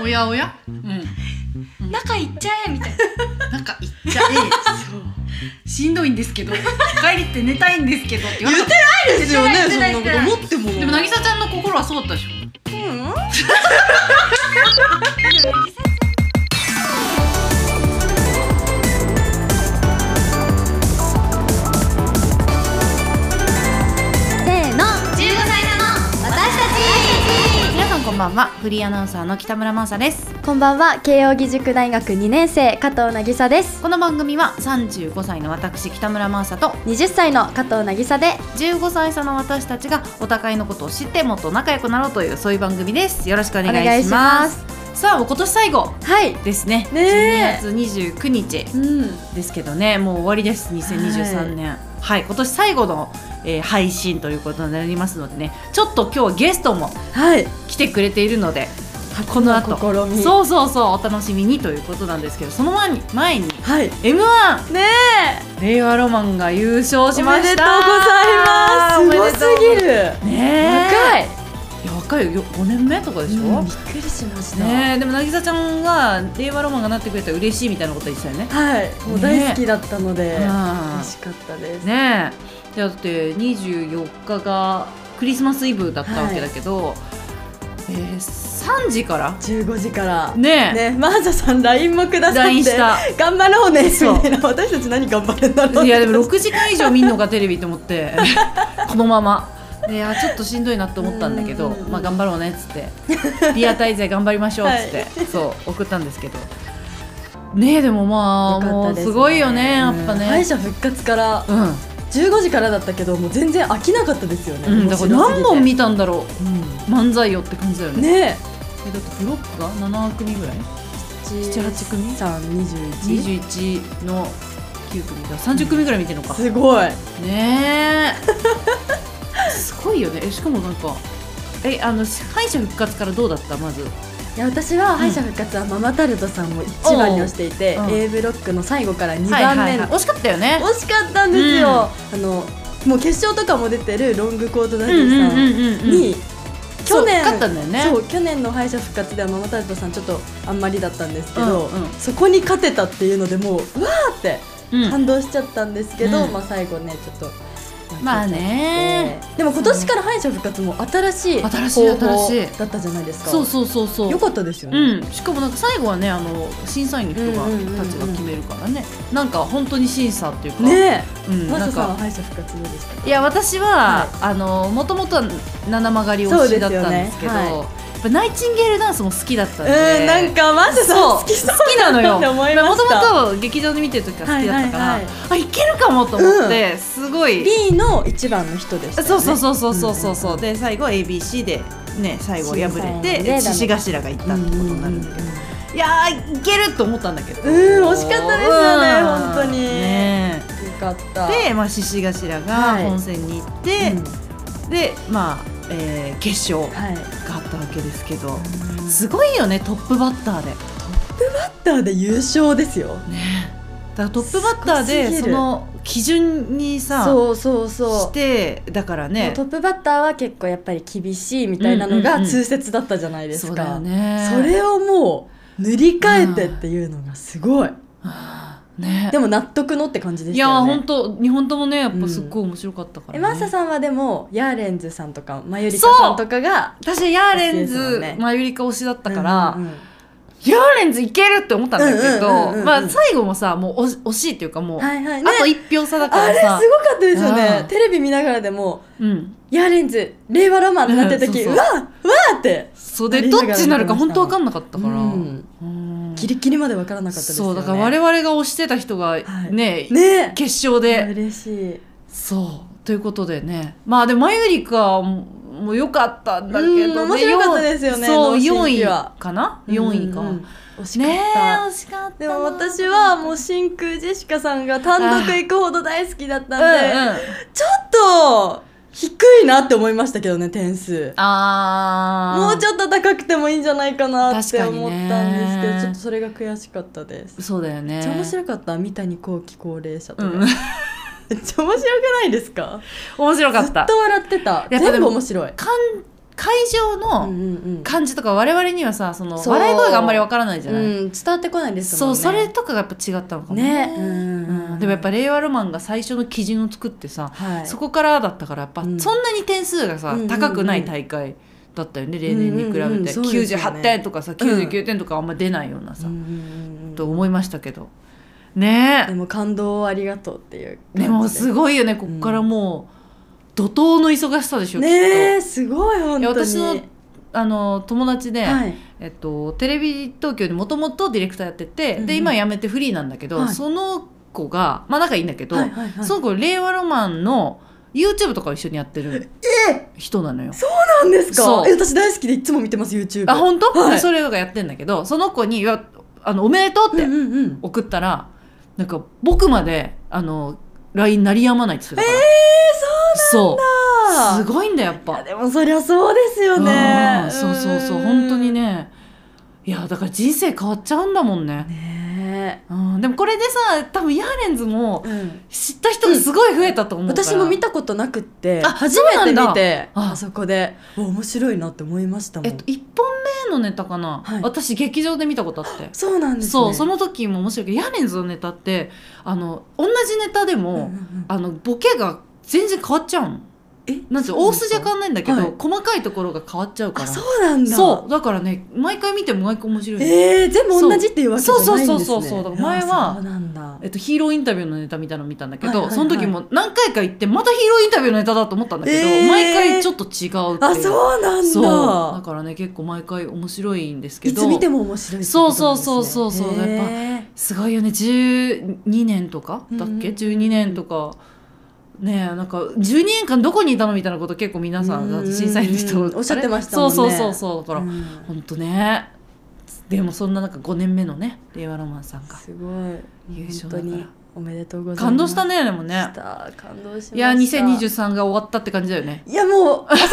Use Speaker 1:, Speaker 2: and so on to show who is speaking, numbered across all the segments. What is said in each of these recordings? Speaker 1: おやおやうん
Speaker 2: 仲いっちゃえみたいな
Speaker 1: なんか言っちゃえしんどいんですけど帰りって寝たいんですけどって言われ
Speaker 3: 言
Speaker 1: た
Speaker 3: ってないですよね
Speaker 2: 言っ
Speaker 3: そ
Speaker 2: て
Speaker 3: ん
Speaker 2: ない
Speaker 3: な
Speaker 2: 言
Speaker 3: こ
Speaker 2: ってない
Speaker 3: と思っても
Speaker 1: でも渚ちゃんの心はそうだったでしょ
Speaker 3: うん
Speaker 2: 15歳なの私たち
Speaker 1: 皆さんこんばんはフリーアナウンサーの北村真麻です
Speaker 4: こんばんは慶應義塾大学2年生加藤なぎさです
Speaker 1: この番組は35歳の私北村真麻と
Speaker 4: 20歳の加藤なぎさで
Speaker 1: 15歳差の私たちがお互いのことを知ってもっと仲良くなろうというそういう番組ですよろしくお願いしますさあもう今年最後
Speaker 4: はい
Speaker 1: ですね
Speaker 4: ねえ
Speaker 1: 12月29日
Speaker 4: うん
Speaker 1: ですけどねもう終わりです2023年はい、今年最後の、えー配信ということになりますのでねちょっと今日はゲストも
Speaker 4: はい
Speaker 1: 来てくれているのでこの後
Speaker 4: 試み
Speaker 1: そうそうそうお楽しみにということなんですけどその前に前に
Speaker 4: はい
Speaker 1: m 1
Speaker 4: ね
Speaker 1: 令和ロマンが優勝しました
Speaker 4: おめでとうございますすごすぎる
Speaker 1: すねえ
Speaker 4: 若い
Speaker 1: いや若いよ5年目とかでしょ、
Speaker 4: うんびっくりしました
Speaker 1: ねえでも渚ちゃんが令和ロマンがなってくれたら嬉しいみたいなこと言ってたよね
Speaker 4: はいもう大好きだったので
Speaker 1: あ
Speaker 4: 嬉しかったです
Speaker 1: ねえだって24日がクリスマスイブだったわけだけど、えー3時から
Speaker 4: 15時から
Speaker 1: ねえ
Speaker 4: ねマーザさん LINE もくださっ
Speaker 1: LINE
Speaker 4: て
Speaker 1: した
Speaker 4: 頑張ろうねみ
Speaker 1: そう
Speaker 4: たいな私たち何頑張るんだろう
Speaker 1: いやでも
Speaker 4: ロッ
Speaker 1: 6時間以上見んのかテレビと思って このままいやちょっとしんどいなと思ったんだけど
Speaker 4: うんうんうん
Speaker 1: まあ頑張ろうねっつってリア滞在頑張りましょうっつって、
Speaker 4: は
Speaker 1: そう送ったんですけどねえでもまあもうすごいよねやっぱ
Speaker 4: 敗
Speaker 1: ね
Speaker 4: 者復活から
Speaker 1: うん、
Speaker 4: 15時からだったけどもう全然飽きなかったですよね、
Speaker 1: うん、だから何本見たんだろ
Speaker 4: う
Speaker 1: う漫才よって感じだよね
Speaker 4: ね
Speaker 1: えだってブロックが7組ぐらい78組
Speaker 4: 321
Speaker 1: 21の9組だ30組ぐらい見てるのか、
Speaker 4: すごい
Speaker 1: ねえ すごいよねえしかもなんかえあの敗者復活からどうだったまず
Speaker 4: いや私は敗者復活はママタルトさんを一番に推していて、
Speaker 1: おううん
Speaker 4: A ブロックの最後から2番目の、
Speaker 1: 惜しかったよね
Speaker 4: 惜しかったんですよ、あのもう決勝とかも出てるロングコートダディさんに、去年
Speaker 1: 勝ったんだよね
Speaker 4: そう去年の敗者復活ではママタルトさんちょっとあんまりだったんですけど、
Speaker 1: うんうん
Speaker 4: そこに勝てたっていうのでもううわーって
Speaker 1: うん
Speaker 4: 感動しちゃったんですけど、
Speaker 1: うん
Speaker 4: まあ最後ねちょっと
Speaker 1: まあね
Speaker 4: でも今年から敗者復活も新しい
Speaker 1: 新しい
Speaker 4: 方法
Speaker 1: 新しい
Speaker 4: だったじゃないですか
Speaker 1: そうそうそうそう
Speaker 4: よかったですよね、
Speaker 1: うん、しかもなんか最後はねあの審査員の人が
Speaker 4: うんうんうんうん
Speaker 1: たちが決めるからねなんか本当に審査っていうか、
Speaker 4: ね
Speaker 1: うん、
Speaker 4: えマ
Speaker 1: な
Speaker 4: サ
Speaker 1: ん
Speaker 4: さんは
Speaker 1: か
Speaker 4: 敗者復活どうでした
Speaker 1: いや私は、あのもともとは七曲がり推しだったんですけど
Speaker 4: そうですよねはい
Speaker 1: やっぱナイチンゲールダンスも好きだったんで
Speaker 4: うんなんかマサさん
Speaker 1: そう
Speaker 4: 好きそう
Speaker 1: 好きなのよ
Speaker 4: って 思いま
Speaker 1: も
Speaker 4: し
Speaker 1: と
Speaker 4: た
Speaker 1: もと劇場で見てる時は好きだったから、
Speaker 4: はいはい
Speaker 1: あいけるかもと思って、すごい
Speaker 4: B の一番の人でしたよね
Speaker 1: そうそうそうそうそうそうそうで最後 ABC でね最後
Speaker 4: 審査
Speaker 1: 敗
Speaker 4: 員
Speaker 1: れ
Speaker 4: で
Speaker 1: て獅子頭がいったってことになるんだけど、いやーいけると思ったんだけど
Speaker 4: うん惜しかったですよね
Speaker 1: うん
Speaker 4: 本当に
Speaker 1: ね
Speaker 4: よかった
Speaker 1: で、まあ、獅子頭
Speaker 4: は
Speaker 1: が
Speaker 4: い
Speaker 1: 本戦に行っ
Speaker 4: う
Speaker 1: て、
Speaker 4: ん
Speaker 1: でまあ、えー決勝
Speaker 4: はいバ
Speaker 1: があったわけですけど、すごいよねトップバッターで
Speaker 4: ッターで優勝ですよ
Speaker 1: だからトップバッター
Speaker 4: すご
Speaker 1: です
Speaker 4: ぎ
Speaker 1: そ
Speaker 4: る
Speaker 1: の基準にさ
Speaker 4: そうそうそう
Speaker 1: してだからね
Speaker 4: トップバッターは結構やっぱり厳しいみたいな
Speaker 1: う
Speaker 4: の
Speaker 1: んうん
Speaker 4: が
Speaker 1: うん
Speaker 4: 通説だったじゃないですか、
Speaker 1: そうだよね
Speaker 4: それをもう塗り替えてっていうのがすごい、
Speaker 1: ね
Speaker 4: でも納得のって感じで
Speaker 1: い
Speaker 4: した
Speaker 1: や
Speaker 4: よ
Speaker 1: ー
Speaker 4: ね
Speaker 1: 本当日本ともねやっぱすっごい面白かったか
Speaker 4: え
Speaker 1: ら、ね
Speaker 4: マーサさんはでもヤーレンズさんとかマユリカさんとかが
Speaker 1: 私ヤーレン
Speaker 4: 好きですも
Speaker 1: ズ、
Speaker 4: んね
Speaker 1: マユリカ推しだったから、
Speaker 4: うんうんうん
Speaker 1: ヤーレンズいけるって思ったんだけど、
Speaker 4: うんうんうんうんうん
Speaker 1: まあ最後もさもう惜し惜しいっていうかもう、
Speaker 4: はいはいね
Speaker 1: あと1票差だか
Speaker 4: あ
Speaker 1: ら
Speaker 4: れすごか
Speaker 1: さ
Speaker 4: ったですよね
Speaker 1: うん
Speaker 4: テレビ見ながらでも
Speaker 1: うん、
Speaker 4: ヤーレンズ令和ロマンってなってる時、
Speaker 1: うんそううそう
Speaker 4: わうわーって
Speaker 1: そうでどっちになるか本当わかんなかったから、
Speaker 4: うん
Speaker 1: うん
Speaker 4: ギリギリまでわからなかったですよ
Speaker 1: そ
Speaker 4: ね
Speaker 1: うだから我々が推してた人が
Speaker 4: はい
Speaker 1: ね、
Speaker 4: ね
Speaker 1: 決勝
Speaker 4: え
Speaker 1: で、
Speaker 4: 嬉しい
Speaker 1: そうということでねまあでもマユリカも良かったんだけど、ね
Speaker 4: うん面白かったですよね
Speaker 1: そう
Speaker 4: 脳
Speaker 1: 4
Speaker 4: 神秘は
Speaker 1: 位かな4位か、
Speaker 4: うんうん惜しかっ
Speaker 1: ねえ
Speaker 4: た、
Speaker 1: 惜しかったな
Speaker 4: でも私はもう真空ジェシカさんが単独行くほど大好きだったんで、
Speaker 1: うんうん
Speaker 4: ちょっと低いなって思いましたけどね点数
Speaker 1: あー
Speaker 4: もうちょっと高くてもいいんじゃないかなって
Speaker 1: 確か
Speaker 4: 思
Speaker 1: に
Speaker 4: った
Speaker 1: ね
Speaker 4: んですけど、ちょっとそれが悔しかったです
Speaker 1: そうだよね
Speaker 4: めっちゃ面白かった三谷幸喜高齢者とか、
Speaker 1: うん
Speaker 4: めっちゃ面白くないですか
Speaker 1: 面白かっ
Speaker 4: ず
Speaker 1: た
Speaker 4: っと笑ってた
Speaker 1: やっぱでも
Speaker 4: 全部面白い
Speaker 1: 感会場
Speaker 4: うん
Speaker 1: の
Speaker 4: うんうん
Speaker 1: 感じとか我々にはさその
Speaker 4: そう
Speaker 1: 笑い声があんまりわからないじゃない、
Speaker 4: うん、伝わってこないです
Speaker 1: そ
Speaker 4: もん
Speaker 1: う
Speaker 4: ね
Speaker 1: それとかがやっぱ違ったのかも
Speaker 4: ね、う
Speaker 1: うんんでもやっぱ令和ロマンが最初の基準を作ってさ、
Speaker 4: はい、
Speaker 1: そこからだったからやっぱそ
Speaker 4: うんん
Speaker 1: なに点数がさ、
Speaker 4: うんうんうん
Speaker 1: 高くない大会だったよね例年に比べて、
Speaker 4: うんうんうんそうですよ
Speaker 1: 98
Speaker 4: ね
Speaker 1: 点とかさ99点とかあんま出ないようなさ、
Speaker 4: うんうんうん
Speaker 1: と思いましたけどね
Speaker 4: でも感動をありがとうっていう感じ
Speaker 1: でもすごいよねここからもう、怒涛の忙しさでしょ、
Speaker 4: ね
Speaker 1: きっ
Speaker 4: えすごい本当
Speaker 1: い
Speaker 4: に
Speaker 1: や私のとあの友達で、
Speaker 4: はい、
Speaker 1: えっと、テレビ東京でもともとディレクターやってて、
Speaker 4: うんうん
Speaker 1: で今辞めてフリーなんだけど、
Speaker 4: はい
Speaker 1: その子がまあ仲いいんだけど、
Speaker 4: はいはいはい
Speaker 1: その子令和ロマンの YouTube とかを一緒にやってる人なのよ。
Speaker 4: なんですか
Speaker 1: そう
Speaker 4: え私大好きでいつも見てます YouTube
Speaker 1: あ本当、
Speaker 4: はい
Speaker 1: でそれとかやってんだけどその子にいやあの「おめでとう」って
Speaker 4: うんうんうん
Speaker 1: 送ったら、なんか僕まであの LINE 鳴りやまないって言ってたから。そうすごいんだやっぱ。
Speaker 4: あでもそりゃそうですよ
Speaker 1: あ
Speaker 4: ね
Speaker 1: ーそうそうそう本当にねいやだから人生変わっちゃうんだもんね、
Speaker 4: ね
Speaker 1: うん、でもこれでさ多分ヤーレンズも
Speaker 4: え、うん
Speaker 1: 知った人がすごい増えたと思うから、
Speaker 4: 私も見たことなくって
Speaker 1: あ
Speaker 4: 初めて
Speaker 1: そうなん
Speaker 4: 見て
Speaker 1: あ
Speaker 4: あそこでうわ面白いなって思いましたもん、
Speaker 1: えっと、1本目のネタかな、
Speaker 4: はい
Speaker 1: 私劇場で見たことあって、
Speaker 4: そうなんですね
Speaker 1: そうその時も面白いけどヤーレンズのネタってあの同じネタでも、
Speaker 4: うんうんうん
Speaker 1: あのボケが全然変わっちゃうの
Speaker 4: え
Speaker 1: なんていうの大筋は変わんないんだけど、
Speaker 4: はい
Speaker 1: 細かいところが変わっちゃうから
Speaker 4: あそうなんだ
Speaker 1: そうだからね毎回見ても毎回面白いの
Speaker 4: えー、全部同じっていうわけじゃないんですね
Speaker 1: そうそうそうそうそうだから前はい
Speaker 4: やそうなんだ
Speaker 1: えっと、ヒーローインタビューのネタみたいなの見たんだけど、
Speaker 4: はいはいはい
Speaker 1: その時も何回か行ってまたヒーローインタビューのネタだと思ったんだけど、
Speaker 4: えー
Speaker 1: 毎回ちょっと違うっていう
Speaker 4: あそうなんだ
Speaker 1: そうだからね結構毎回面白いんですけ
Speaker 4: い
Speaker 1: ど
Speaker 4: つ見ても面白いってことなんですね
Speaker 1: そうそうそうそうそうやっぱ
Speaker 4: へー
Speaker 1: すごいよね12年とかだっ
Speaker 4: うん
Speaker 1: け12年とかねえなんか12年間どこにいたのみたいなこと結構皆さ
Speaker 4: うんうん
Speaker 1: ん
Speaker 4: うん
Speaker 1: 審査員の人
Speaker 4: おっしゃってましたもんね
Speaker 1: そうそうそうそうだから、
Speaker 4: うん
Speaker 1: ほんとねでもそんな中5年目のね令和ロマンさんが
Speaker 4: すごい
Speaker 1: 優勝だから
Speaker 4: 本当におめでとうございます
Speaker 1: 感動したねでも
Speaker 4: し
Speaker 1: ね
Speaker 4: た感動しました
Speaker 1: いや2023が終わったって感じだよね
Speaker 4: いや もうあそこ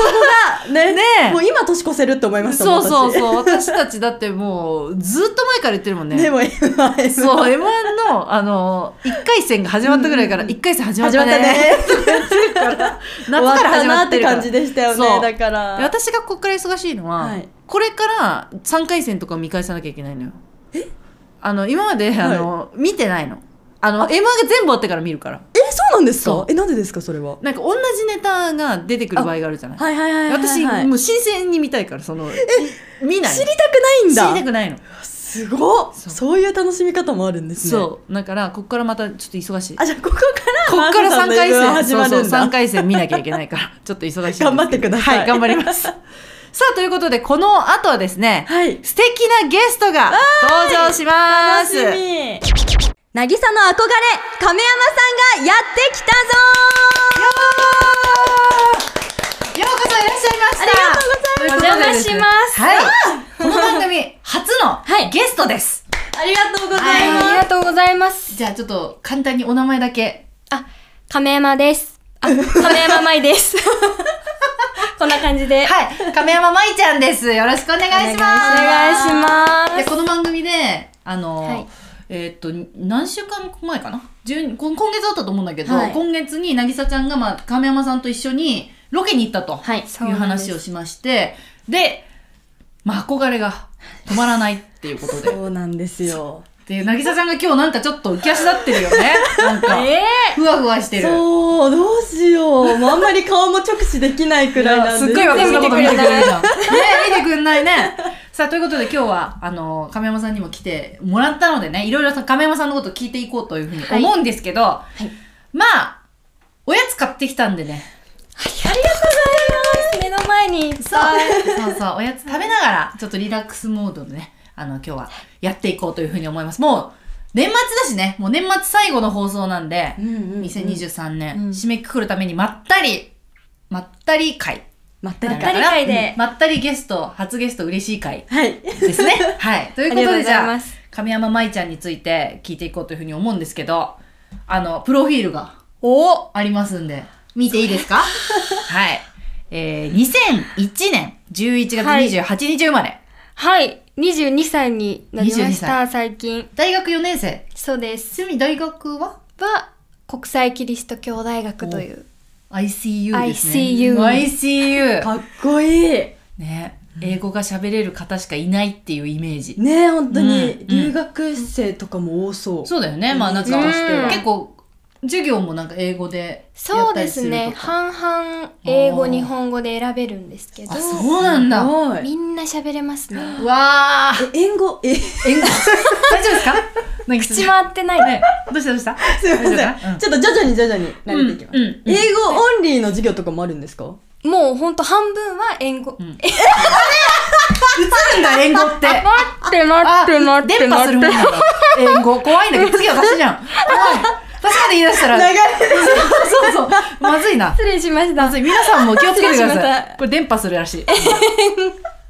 Speaker 4: がね
Speaker 1: ねえ
Speaker 4: もう今年越せるって思いました
Speaker 1: そうそう
Speaker 4: う
Speaker 1: そう私たちだってもうずっと前から言ってるもんね
Speaker 4: でも今
Speaker 1: そう
Speaker 4: う
Speaker 1: M1 のあの1回戦が始まったぐらいから
Speaker 4: うんうん
Speaker 1: 1回戦始まっ
Speaker 4: 始ま
Speaker 1: た
Speaker 4: っ
Speaker 1: ね
Speaker 4: たね
Speaker 1: 夏から始まってるから
Speaker 4: 終わったなって感じでしたよ
Speaker 1: そう
Speaker 4: ねだから
Speaker 1: で私がここから忙しいのは、
Speaker 4: はい
Speaker 1: これから3回戦とか見返さなきゃいけないのよあの今まで、あの見てないのあの M1 が全部終わってから見るから
Speaker 4: えそうなんです
Speaker 1: そう
Speaker 4: かえなんでですかそれは
Speaker 1: なんか同じネタが出てくる場合があるじゃない、
Speaker 4: はいはいはいはいはい
Speaker 1: 私、
Speaker 4: はい
Speaker 1: もう新鮮に見たいからその見ない
Speaker 4: 知りたくないんだ
Speaker 1: 知りたくないの
Speaker 4: すごっ
Speaker 1: そ
Speaker 4: そうういう楽しみ方もあるんですね
Speaker 1: そうだからここからまたちょっと忙しいこ
Speaker 4: あじゃあここから
Speaker 1: こから
Speaker 4: マ
Speaker 1: 3
Speaker 4: ークさん
Speaker 1: 回
Speaker 4: の
Speaker 1: 戦
Speaker 4: 分始まるんだ
Speaker 1: そうそう3回戦見なきゃいけないからちょっと忙しいんですけど
Speaker 4: 頑張ってください
Speaker 1: はい頑張りますさあということでこの後はですね、
Speaker 4: はい
Speaker 1: 素敵なゲストが登場します
Speaker 4: み渚の憧れ亀山さんがやってきたぞ
Speaker 1: ようこそいらっしゃいました
Speaker 2: ありがとうございます
Speaker 1: とうことでで
Speaker 2: お邪魔します
Speaker 1: はい、この番組初
Speaker 2: は
Speaker 1: の
Speaker 2: い
Speaker 1: ゲストです、
Speaker 4: ありがとうござい
Speaker 1: はい
Speaker 4: ます、
Speaker 2: ありがとうございます。
Speaker 1: じゃあちょっと簡単にお名前だけ
Speaker 2: あ、亀山です。 あ、亀山舞です。こんな感じで。
Speaker 1: はい亀山舞ちゃんですよろしくお願いします
Speaker 2: お願いします。
Speaker 1: でこの番組であの、
Speaker 2: はい
Speaker 1: えーっと何週間前かな10今今月だったと思うんだけど、
Speaker 2: はい
Speaker 1: 今月に渚ちゃんが、まあ、亀山さんと一緒にロケに行ったと
Speaker 2: はいそう
Speaker 1: い
Speaker 2: な
Speaker 1: うん
Speaker 2: です
Speaker 1: 話をしましてでまあ、憧れが止まらないっていうことで。
Speaker 4: そうなんですよ
Speaker 1: で渚ちゃんが今日なんかちょっと浮き足立ってるよね。なんか、
Speaker 2: え
Speaker 1: ふわふわしてる。
Speaker 4: そうどうしようもうあんまり顔も直視できないくらいなんです
Speaker 1: っごい私のこと見てくれ
Speaker 4: い
Speaker 1: るじゃん。ね見てくんないね。さあ、ということで今日は、あの、亀山さんにも来てもらったのでね、いろいろさ亀山さんのことを聞いていこうというふうに思うんですけど、まあ、おやつ買ってきたんでね。
Speaker 2: ありがとうございます。目の前にいっ
Speaker 1: そう
Speaker 2: ぱい。
Speaker 1: そうそう、おやつ食べながら、ちょっとリラックスモードでね、あの、今日はやっていこうというふうに思います。もう、年末だしね、もう年末最後の放送なんで、2023年、
Speaker 4: うん
Speaker 1: 締めくくるためにまったり、まったり会。
Speaker 4: まった
Speaker 2: り
Speaker 4: り
Speaker 2: か
Speaker 4: か
Speaker 2: 会で
Speaker 1: うんまったりゲスト、初ゲスト嬉しい会
Speaker 4: はい
Speaker 1: ですね。 はい。ということ
Speaker 2: あ
Speaker 1: で、
Speaker 2: り
Speaker 1: じ
Speaker 2: がとうござい
Speaker 1: ゃ
Speaker 2: ま
Speaker 1: あ
Speaker 2: す、
Speaker 1: 神山舞ちゃんについて聞いていこうというふうに思うんですけど、あの、プロフィールが
Speaker 4: お
Speaker 1: ありますんで、見ていいですかはい。えー、2001年11月28日生まれ、
Speaker 2: はい。22歳になりました、最近。
Speaker 1: 大学4年生。
Speaker 2: そうです。
Speaker 1: ちなみに大学は
Speaker 2: は、国際キリスト教大学という。
Speaker 1: ?ICU ですね。
Speaker 2: ICU
Speaker 1: ICU。
Speaker 4: かっこいい
Speaker 1: ね英語が喋れる方しかいないっていうイメージ、
Speaker 4: ねえ本当
Speaker 1: うんう
Speaker 4: に
Speaker 1: ん
Speaker 4: 留学生とかも多そう
Speaker 1: そうだよねまあなんか、
Speaker 2: うん
Speaker 1: 結構授業もなんか英語でや
Speaker 2: そ
Speaker 1: った
Speaker 2: うで
Speaker 1: りす
Speaker 2: す
Speaker 1: るとか
Speaker 2: ね半々英
Speaker 1: あ
Speaker 2: 語
Speaker 1: ー
Speaker 2: 日本語で選べるんですけど
Speaker 1: あそうなんだわ
Speaker 4: はい
Speaker 2: みんな喋れますね
Speaker 1: あ
Speaker 4: え英語えす
Speaker 1: 英語大丈夫ですかなんか
Speaker 2: 口回ってない
Speaker 1: ねどうしたどうした
Speaker 4: いま
Speaker 1: 大丈夫
Speaker 4: せ
Speaker 1: かうん
Speaker 4: んちょっと徐々に徐々に慣れていきます、
Speaker 1: うんうんうん
Speaker 4: 英語オンリーの授業とかもあるんですか
Speaker 2: もうほんと半分は英語、
Speaker 1: ん映るんだ英語って
Speaker 2: って待
Speaker 1: あ電波するもんなんだ英語怖いんだけど次私じゃん怖い私まで言い出したら
Speaker 4: 流れ
Speaker 1: そうそうまずいな
Speaker 2: 失礼しまし
Speaker 1: ま
Speaker 2: た
Speaker 1: ずい皆さんも気をつけてくだ
Speaker 2: 失礼しま
Speaker 1: さ
Speaker 2: し
Speaker 1: いこれ電波するらしい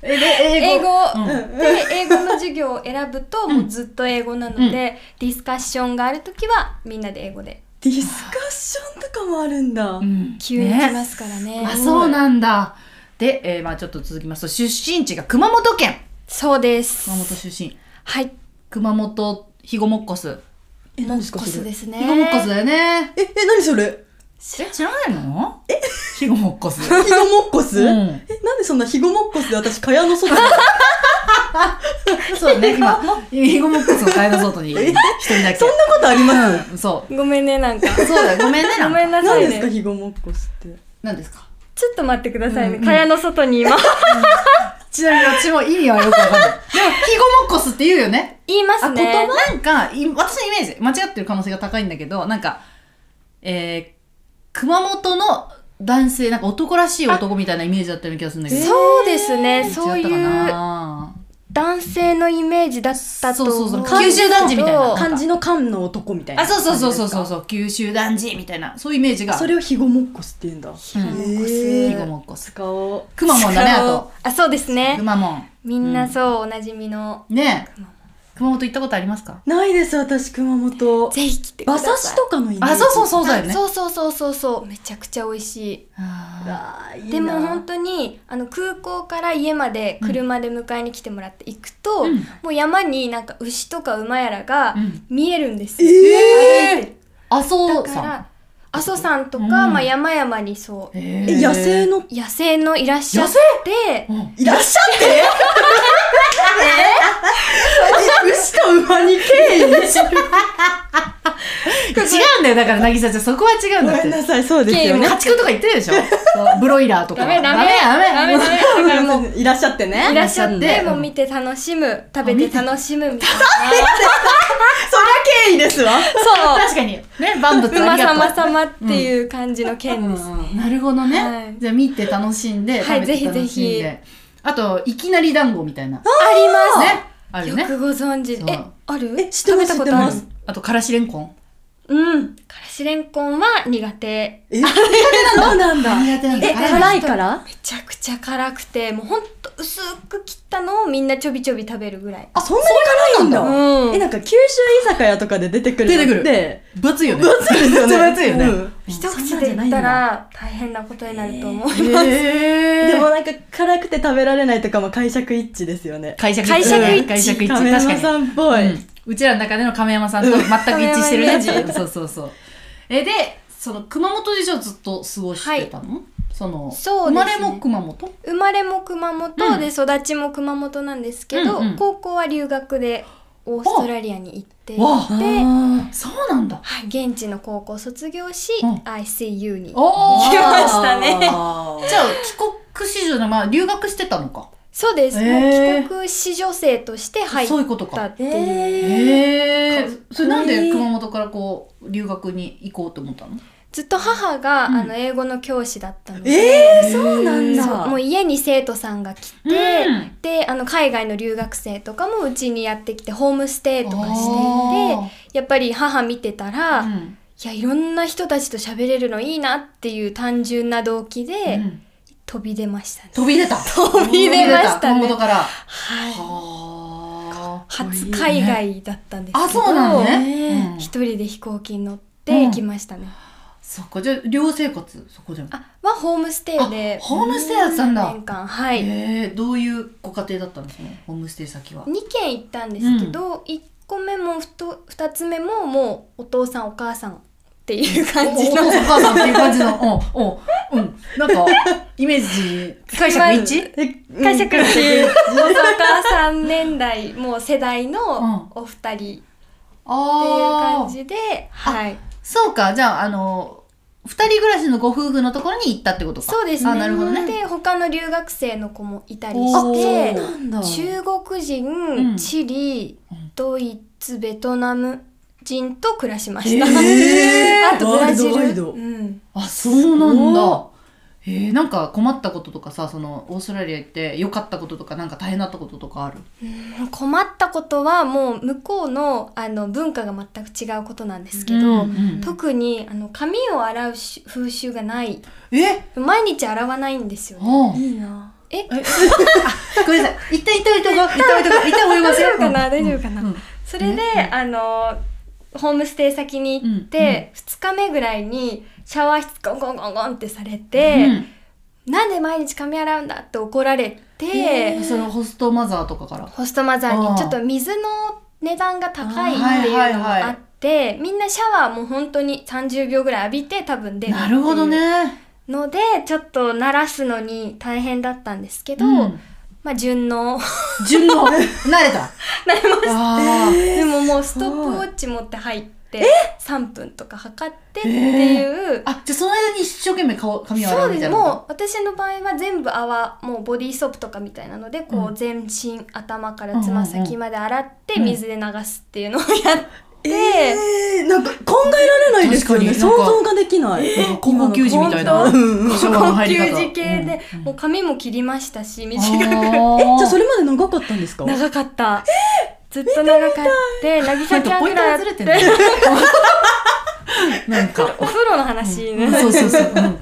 Speaker 1: えで
Speaker 2: 英
Speaker 1: 英
Speaker 2: 語
Speaker 1: 語、
Speaker 2: で英語の授業を選ぶともうずっと英語なので、
Speaker 1: うん
Speaker 2: ディスカッションがある時はみんなで英語で
Speaker 4: ディスカッションとかもあるんだ、
Speaker 1: うん
Speaker 2: 急に来ま
Speaker 1: ね
Speaker 2: すからね
Speaker 1: あそうなんだで、えーまあちょっと続きますと出身地が熊本県
Speaker 2: そうです
Speaker 1: 熊本出身
Speaker 2: はい
Speaker 1: 熊本肥後もっこす
Speaker 4: え何ですか
Speaker 2: コ
Speaker 4: そ
Speaker 2: ス
Speaker 4: れ
Speaker 2: ですね
Speaker 1: 肥後もっこすだよね
Speaker 4: ええ何それ
Speaker 1: え知らないのえ肥後もっこす
Speaker 4: ヒゴモッコス、
Speaker 1: う
Speaker 4: え
Speaker 1: ん
Speaker 4: なんでそんなヒゴモッコスで私蚊帳の 外に
Speaker 1: そうだね今肥後もっこすのガイドソートに一人だけ
Speaker 4: そんなことあります
Speaker 1: うんそう
Speaker 2: ごめんねなんか
Speaker 1: そうだよごめんね
Speaker 2: ごめんなさ
Speaker 4: 何
Speaker 2: い
Speaker 4: ですか
Speaker 2: ね
Speaker 4: ヒゴモッコスって
Speaker 1: 何ですか
Speaker 2: ちょっと待ってくださいね、
Speaker 1: うん
Speaker 2: 蚊帳の 外に今
Speaker 1: ちなみに私も意味はよくわかんないでも肥後もっこすって言うよね
Speaker 2: 言います
Speaker 1: あ、
Speaker 2: ね
Speaker 1: 言葉なんか、い私のイメージ、間違ってる可能性が高いんだけど、なんか、えー、熊本の男性、なんか男らしい男みたいなイメージだったような気がするんだけど。
Speaker 2: そうですね、
Speaker 1: 違った
Speaker 2: そう
Speaker 1: か
Speaker 2: いう
Speaker 1: な
Speaker 2: 男性のイメージだったと思う
Speaker 1: そうそう
Speaker 4: そう九州
Speaker 1: 男児みたいな
Speaker 2: そう
Speaker 4: 漢字の漢の男みたいな
Speaker 1: あ、そうそうそうそうそう
Speaker 4: 感じ
Speaker 1: そう、九州男児みたいな、そういうイメージ
Speaker 4: です
Speaker 1: が。
Speaker 4: かそれをヒゴモッコスって言うんだ
Speaker 1: うん、
Speaker 2: ヒゴモッコス
Speaker 4: へ
Speaker 1: ひ
Speaker 4: ー
Speaker 1: ごもっこす。
Speaker 4: 使おう
Speaker 1: くまモンだね、あと。
Speaker 2: あそうです
Speaker 1: く
Speaker 2: ね
Speaker 1: まモン。
Speaker 2: みんなそう、おなじみの
Speaker 1: ねえ
Speaker 2: 熊本。
Speaker 1: 熊本行ったことありますか
Speaker 4: ないです私熊本
Speaker 2: ぜひ来てくだ
Speaker 4: 馬
Speaker 2: さい
Speaker 4: 刺しとかのイメージ
Speaker 1: あ、そうそうそうだよね。
Speaker 2: そうそうそうそうそうめちゃくちゃ美味しい
Speaker 1: あ
Speaker 4: あーいいな
Speaker 2: でも本当にあの空港から家まで車で迎えに来てもらって行くと、
Speaker 1: うん
Speaker 2: もう山になんか牛とか馬やらが
Speaker 1: うん
Speaker 2: 見えるんですよ、
Speaker 4: えー
Speaker 2: 歩いてる
Speaker 1: ー麻
Speaker 2: だ
Speaker 1: 生
Speaker 2: か
Speaker 1: さん。
Speaker 2: ら阿蘇山とか、
Speaker 1: うん
Speaker 2: まあ、山々にそう
Speaker 1: え
Speaker 4: え野生の
Speaker 2: 野生のいらっしゃって
Speaker 1: うん
Speaker 4: いらっし ゃってえ牛と馬に敬意
Speaker 1: 違うんだよ、だから、なぎさちゃん、そこは違うん
Speaker 4: ご
Speaker 1: だっ
Speaker 4: め
Speaker 1: て
Speaker 4: ん。なさいそうですよ
Speaker 2: 敬意
Speaker 4: ね
Speaker 1: 家畜とか言ってるでしょそうブロイラーとか。
Speaker 2: ダメダメ
Speaker 1: ダメ
Speaker 2: ダメダメだからもう
Speaker 4: いらっしゃってね
Speaker 2: いらっしゃっ
Speaker 1: いらっしゃっ
Speaker 2: て
Speaker 1: て
Speaker 2: もう見て楽しむ食べて楽しむみたい
Speaker 4: そりゃ敬意ですわ
Speaker 2: な そう
Speaker 1: 確かに。ね、万物あ
Speaker 2: 馬
Speaker 1: りがとう。
Speaker 2: 様様っていう感じの剣です、
Speaker 1: うんなるほどね。
Speaker 2: はい
Speaker 1: じゃあ見て楽しんで、
Speaker 2: はい
Speaker 1: 食べて楽しんで
Speaker 2: ぜ
Speaker 1: あと、いきなり団子みたいな。ね。
Speaker 2: あります
Speaker 1: あるよ
Speaker 2: よ
Speaker 1: ね。
Speaker 2: くご存知
Speaker 1: そう
Speaker 2: えある
Speaker 4: え知ってま
Speaker 2: 食べ
Speaker 4: す
Speaker 2: たことある
Speaker 4: 知ってま
Speaker 1: あと、からしれんこん。
Speaker 2: うんからしれんこんは苦手
Speaker 4: えそうなんだ
Speaker 1: 苦手なんだ
Speaker 4: え
Speaker 1: 辛い
Speaker 4: 辛いから
Speaker 2: めちゃくちゃ辛くてもうほんと薄く切ったのをみんなちょびちょび食べるぐらい
Speaker 4: あそんなに辛いんだ
Speaker 2: うん
Speaker 4: えなんか九州居酒屋とかで出てくる
Speaker 1: 出てくる
Speaker 4: で
Speaker 1: 分厚いよね。
Speaker 4: 分厚いですよね
Speaker 1: 分厚いよね。
Speaker 4: うん
Speaker 2: 一口で言ったら大変なことになると思う、
Speaker 1: へー
Speaker 4: でもなんか辛くて食べられないとかも解釈一致ですよね
Speaker 1: 解釈
Speaker 2: 解釈一致
Speaker 1: うん解釈一致。
Speaker 4: 亀
Speaker 1: 確か
Speaker 4: 山
Speaker 1: に。
Speaker 4: さんっぽい、
Speaker 1: うんうちらの中での亀山さんと全く一致してるね
Speaker 2: うん亀山イメー。ジ
Speaker 1: そうそうそう。え、で、その熊本でじゃあずっと過ごしてたの、その、
Speaker 2: そう
Speaker 1: 生
Speaker 2: です
Speaker 1: ま
Speaker 2: ね
Speaker 1: れも熊本
Speaker 2: 生まれも熊
Speaker 1: う
Speaker 2: 本
Speaker 1: ん
Speaker 2: で育ちも熊本なんですけど、
Speaker 1: うんうん
Speaker 2: 高校は留学でオーストラリアに行っていて
Speaker 1: わあ
Speaker 2: は
Speaker 4: あ
Speaker 1: そうなんだ。
Speaker 2: い、現地の高校卒業し、
Speaker 1: うん
Speaker 2: ICU に
Speaker 1: おー
Speaker 2: 行きましたね
Speaker 1: じゃあ、帰国子女の、まあ、留学してたのか。
Speaker 2: そうです、もう
Speaker 1: へー
Speaker 2: 帰国子女生として入っ
Speaker 1: そういうこと
Speaker 2: た
Speaker 1: か。
Speaker 2: っていう、
Speaker 1: へえ。それなん
Speaker 4: かっこい
Speaker 1: で
Speaker 4: い
Speaker 1: 熊本からこう、留学に行こうと思ったの
Speaker 2: ずっと母が、
Speaker 1: うん
Speaker 2: あの英語の教師だったので、
Speaker 4: えー、そうなん
Speaker 2: そう
Speaker 4: だ
Speaker 2: もう家に生徒さんが来て、
Speaker 1: うん
Speaker 2: であの海外の留学生とかもうちにやってきてホームステイとかしてい
Speaker 1: あ
Speaker 2: てやっぱり母見てたら、
Speaker 1: ー
Speaker 2: いやいろんな人たちと喋れるのいいなっていう単純な動機で、
Speaker 1: うん
Speaker 2: 飛び出ましたね。
Speaker 1: 飛び出た。
Speaker 2: 飛び出ましたね
Speaker 1: 飛び出熊本から。
Speaker 2: はい、
Speaker 1: はー
Speaker 2: 初海外だったんですけど
Speaker 1: あ、そうなの
Speaker 4: ね
Speaker 1: ね。うん
Speaker 2: 一人で飛行機に乗って行きましたね。
Speaker 1: そっか、じゃあ寮生活、そこじゃん。
Speaker 2: あはホームステイで
Speaker 1: あホームステイだったんだ
Speaker 2: 7年間はい、
Speaker 1: ええどういうご家庭だったんですね、ホームステイ先は。
Speaker 2: 2軒行ったんですけど、一1個目もふと2つ目ももうお父さんお母さんっていう
Speaker 1: お
Speaker 2: 感じ
Speaker 1: お
Speaker 2: の
Speaker 1: 父さんお母さんっていう感じの、おうおううん。なんか、イメージ、解釈一
Speaker 4: え
Speaker 2: 解釈中、大阪3年代、もう世代のお二人っていう
Speaker 1: あ
Speaker 2: 感
Speaker 1: あ。
Speaker 2: じで、はい。
Speaker 1: そうか、じゃあ、あの、二人暮らしのご夫婦のところに行ったってことか。
Speaker 2: そうですね。
Speaker 1: あ、なるほどね。
Speaker 2: で、他の留学生の子もいたり
Speaker 1: お
Speaker 2: して、
Speaker 1: ー
Speaker 4: なんだ
Speaker 2: 中国人、
Speaker 1: ん
Speaker 2: チリ
Speaker 1: ん
Speaker 2: ドイツベトナム人と暮らしました、
Speaker 1: えー
Speaker 2: あとブラジル
Speaker 4: ワイドワイド
Speaker 2: うん、
Speaker 1: あ、そうなん
Speaker 4: す
Speaker 1: だ
Speaker 4: ご。
Speaker 1: えー、なんか困ったこととかさ、その、オーストラリア行って良かったこととか、なんか大変だったこととかある
Speaker 2: 困ったことはもう向こうのあの文化が全く違うことなんですけど、
Speaker 1: うんうん
Speaker 2: 特にあの髪を洗うし風習がない
Speaker 1: え
Speaker 2: 毎日洗わないんですよね
Speaker 1: おう
Speaker 4: いいな
Speaker 2: え
Speaker 1: ごめんなさい。一 旦行っておいとこう。行っておいとこう。一旦泳ぎま
Speaker 2: 大
Speaker 1: す
Speaker 2: 丈
Speaker 1: よ。
Speaker 2: 夫かな大丈夫かな、
Speaker 1: うんうん
Speaker 2: それで、あのホームステイ先に行って、2日目ぐらいにシャワー室ゴンゴンゴンゴンってされて、なんで毎日髪洗うんだって怒られて、
Speaker 1: うんそれホストマザーとかから。
Speaker 2: ホストマザー
Speaker 1: ああ
Speaker 2: にちょっと水の値段が高いっ
Speaker 1: ああ
Speaker 2: ていうの
Speaker 1: はいはい
Speaker 2: が
Speaker 1: は
Speaker 2: あ
Speaker 1: い
Speaker 2: ってみんなシャワーも本当に30秒ぐらい浴びて多分出るって
Speaker 1: なるほど
Speaker 2: いう
Speaker 1: ね。
Speaker 2: のでちょっと慣らすのに大変だったんですけど、
Speaker 1: うん
Speaker 2: まあ順応
Speaker 1: 順応。慣れ た。
Speaker 2: なりました
Speaker 1: あー
Speaker 2: でももうストップウォッチ持って入って3分とか測ってっていう、
Speaker 1: あ、じゃあその間に一生懸命顔髪を洗
Speaker 2: そう
Speaker 1: うみ
Speaker 2: で
Speaker 1: た
Speaker 2: す
Speaker 1: いなこと。
Speaker 2: もう私の場合は全部泡もうボディーソープとかみたいなのでこ
Speaker 1: う
Speaker 2: うん全身、頭からつま先まで洗って
Speaker 1: うんうん
Speaker 2: 水で流すっていうのをやって、
Speaker 4: えー、なんか考えられないですよね
Speaker 1: 確か
Speaker 4: 想
Speaker 1: になんか
Speaker 4: 像ができない
Speaker 1: なんか高校球児みたいな。
Speaker 4: 今の本当うんうん
Speaker 1: 昭和の
Speaker 2: 高
Speaker 1: 入
Speaker 2: 級
Speaker 1: り方
Speaker 2: 時系で、
Speaker 1: うん
Speaker 2: もう髪も切りましたし短く
Speaker 1: あ
Speaker 4: えじゃあそ
Speaker 1: れ
Speaker 4: れまで長かったんですか
Speaker 2: 長かったずっと長かって渚ちゃん
Speaker 1: ポイ
Speaker 2: ぐ
Speaker 1: ント
Speaker 2: ら
Speaker 1: が
Speaker 2: い
Speaker 1: ずれ
Speaker 2: やってて
Speaker 1: る。 なんか。
Speaker 2: お風呂の話ね、
Speaker 1: そうそうそう。うん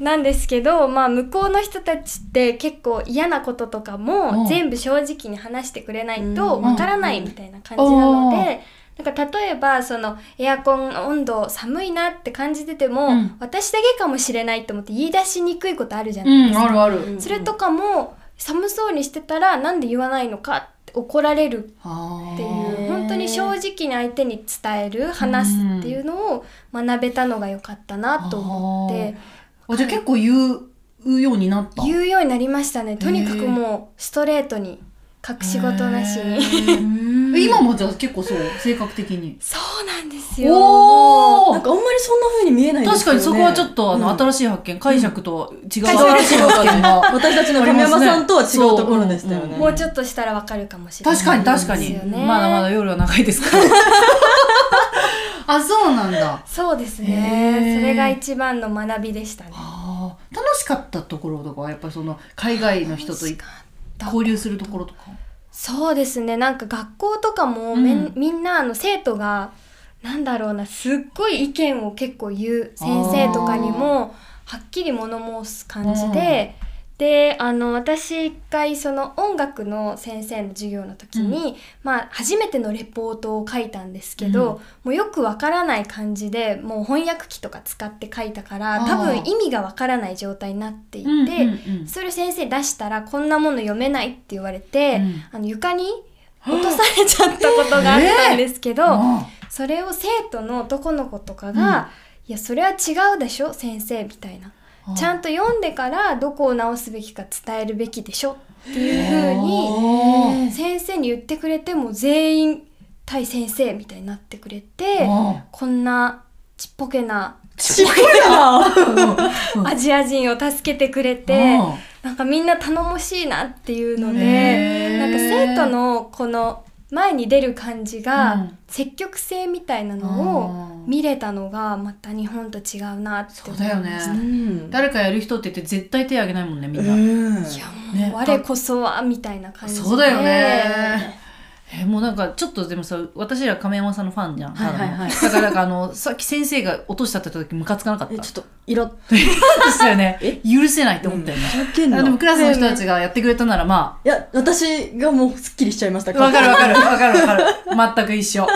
Speaker 2: なんですけど、まあ、向こうの人たちって結構嫌なこととか
Speaker 1: うん
Speaker 2: も全部正直に話してくれないと
Speaker 4: うん
Speaker 2: わからないみたいな感じなの
Speaker 1: うん
Speaker 2: で。なんか例えばそのエアコン温度寒いなって感じてても、
Speaker 1: うん
Speaker 2: 私だけかもしれないと思って言い出しにくいことあるじゃな
Speaker 1: う
Speaker 2: い、
Speaker 1: ん、あるある。
Speaker 2: それとかも寒そうにしてたらなんで言わないのかって怒られる
Speaker 1: あー
Speaker 2: っていう本当に正直に相手に伝える話すっていうのを学べたのが良かったなと思って。
Speaker 1: あじゃあ結構言う言うようになった。
Speaker 2: 言うようになりましたねとにかくもうストレートに隠し事なしに、
Speaker 1: に。
Speaker 4: え
Speaker 1: 今もじゃあ結構そう、性格的に。
Speaker 2: そうなんですよ
Speaker 1: お
Speaker 4: なん
Speaker 1: お
Speaker 4: かあんまりそんな風に見えないです
Speaker 1: 確
Speaker 4: よね
Speaker 1: かにそこはちょっとあの、
Speaker 4: うん
Speaker 1: 新しい発見、解釈と違う
Speaker 4: 解釈
Speaker 1: 新しい発見が。
Speaker 4: 私たちの亀山さんとは違うところでしたよね
Speaker 2: もうちょっとしたらわかるかもしれない
Speaker 1: 確かに確かに
Speaker 2: ですよ。ね
Speaker 1: まだまだ夜は長いですから。 あ、そうなんだ。
Speaker 2: そうです
Speaker 1: へ
Speaker 2: ね
Speaker 1: ー
Speaker 2: それが一番の学びでしたね
Speaker 1: あー楽しかったところとかはやっぱりその海外の人とい
Speaker 2: 楽しかった
Speaker 1: 交流するところとか。
Speaker 2: そうですねなんか学校とかもめん、
Speaker 1: うん
Speaker 2: みんなあの生徒がなんだろうなすっごい意見を結構言う先生とかにもはっきり物申す感じで、であの私一回その音楽の先生の授業の時に、まあ、初めてのレポートを書いたんですけど、
Speaker 1: うん
Speaker 2: もうよくわからない感じでもう翻訳機とか使って書いたから
Speaker 1: あー
Speaker 2: 多分意味がわからない状態になっていて。
Speaker 1: うんうんうん
Speaker 2: それを先生に出したらこんなもの読めないって言われて、
Speaker 1: うん
Speaker 2: あの床に落とされちゃったことがあったんですけど、
Speaker 1: あ
Speaker 2: それを生徒の男の子とか
Speaker 1: う
Speaker 2: が
Speaker 1: ん
Speaker 2: 「いやそれは違うでしょ先生」みたいな。
Speaker 1: ー
Speaker 2: ちゃんと読んでからどこを直すべきか伝えるべきでしょっていう風
Speaker 1: へ
Speaker 2: に先生に言ってくれても全員対先生みたいになってくれて
Speaker 1: あ
Speaker 2: こんなちっぽけな
Speaker 4: ちっこいな
Speaker 1: うん
Speaker 2: アジア人を助けてくれ
Speaker 1: ー
Speaker 2: て
Speaker 1: あー
Speaker 2: なんかみんな頼もしいなっていうの
Speaker 1: へー
Speaker 2: でなんか生徒のこの前に出る感じ
Speaker 1: う
Speaker 2: が
Speaker 1: ん
Speaker 2: 積極性みたいなのを見れたのがまた日本と違うなって
Speaker 1: そ
Speaker 2: 思
Speaker 1: う
Speaker 2: いま
Speaker 1: だよ
Speaker 2: し
Speaker 1: ね
Speaker 2: た。
Speaker 4: うん
Speaker 1: 誰かやる人って言って絶対手挙げないもんねみんな、
Speaker 4: うん
Speaker 2: いやもう、
Speaker 1: ね
Speaker 2: 我こそはみたいな感じで
Speaker 1: そうだよね。えもうなんかちょっとでもさ私ら亀山さんのファンじゃん、
Speaker 4: はいはいはい
Speaker 1: ただのだからなんかあのさっき先生が落としたって言った時ムカつかなかった
Speaker 4: えちょっとイラっ
Speaker 1: としたよね
Speaker 4: え
Speaker 1: 許せないって思ったよね、
Speaker 4: ふざけん
Speaker 1: あ
Speaker 4: な
Speaker 1: でも
Speaker 4: い
Speaker 1: クラスの人たちがやってくれたならま
Speaker 4: や私がもうすっきりしちゃいました
Speaker 1: あわかるわかるわかるわかる全く一緒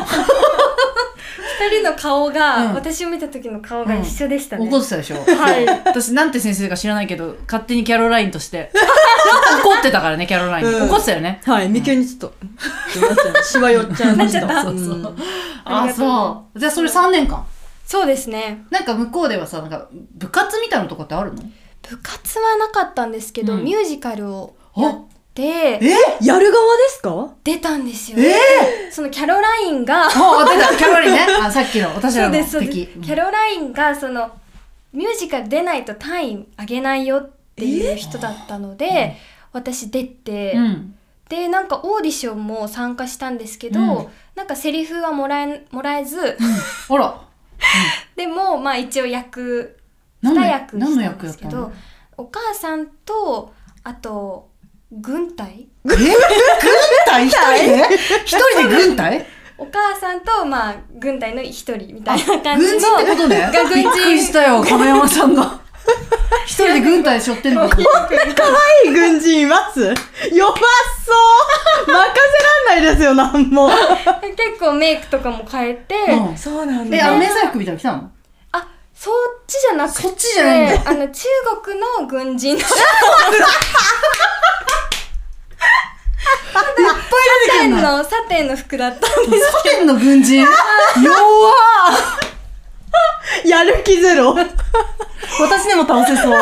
Speaker 2: 二人の顔が、
Speaker 1: うん
Speaker 2: 私を見た時の顔が一緒でしたね、
Speaker 1: 怒ってたでしょ
Speaker 2: はい
Speaker 1: 私なんて先生か知らないけど勝手にキャロラインとして 怒ってたからねキャロライン、
Speaker 4: うん
Speaker 1: 怒ってたよね
Speaker 4: はい眉間にちょっと すいませんシワ寄っちゃいました
Speaker 1: そうそうそう
Speaker 4: うん
Speaker 1: あ
Speaker 2: ありがとう
Speaker 1: そうじゃあそれ3年間
Speaker 2: そうですね
Speaker 1: なんか向こうではさなんか部活みたいなとこってあるの
Speaker 2: 部活はなかったんですけど、
Speaker 1: うん
Speaker 2: ミュージカルをやって
Speaker 1: え
Speaker 4: やる側ですか
Speaker 2: 出たんですよ、
Speaker 1: え
Speaker 2: そのキャロライン が
Speaker 1: もう出たキャロリーねあさっきの私
Speaker 2: そ
Speaker 1: ら
Speaker 2: う
Speaker 1: の
Speaker 2: ですそうです
Speaker 1: 敵
Speaker 2: キャロラインがそのミュージカル出ないと単位上げないよっていう人だったので、私出て、
Speaker 1: うん
Speaker 2: でなんかオーディションも参加したんですけど、
Speaker 1: うん
Speaker 2: なんかセリフはもらえもらえず
Speaker 1: あら
Speaker 2: でもまあ一応役
Speaker 1: 何の
Speaker 2: 二役
Speaker 1: 何
Speaker 2: し
Speaker 1: の
Speaker 2: たん
Speaker 1: 役
Speaker 2: で
Speaker 1: やっ
Speaker 2: すけ
Speaker 1: た
Speaker 2: ど
Speaker 1: の
Speaker 2: お母さんとあと軍隊
Speaker 1: え軍隊一人で一人で軍隊
Speaker 2: お母さんとまあ軍隊の一人みたいな感じ
Speaker 1: 軍
Speaker 2: の
Speaker 1: 人ってことね
Speaker 2: が軍
Speaker 1: びっくり
Speaker 2: 人
Speaker 1: したよ亀山さんが一人で軍隊背負ってる の
Speaker 4: はい、軍人います弱そう任せらんないですよ、なんも。
Speaker 2: 結構メイクとかも変えて、
Speaker 1: うん
Speaker 4: そうなん
Speaker 1: えあの迷彩服みたいなの着たの
Speaker 2: あそっちじゃなくて
Speaker 1: そっちじゃないん
Speaker 2: あの中国の軍人の
Speaker 1: いっぱい
Speaker 2: サテ
Speaker 1: 出てく
Speaker 2: ン
Speaker 1: るな
Speaker 2: のサテンの服だったんで
Speaker 1: サテンの軍人弱
Speaker 4: やる気ゼロ。私でも倒せそう。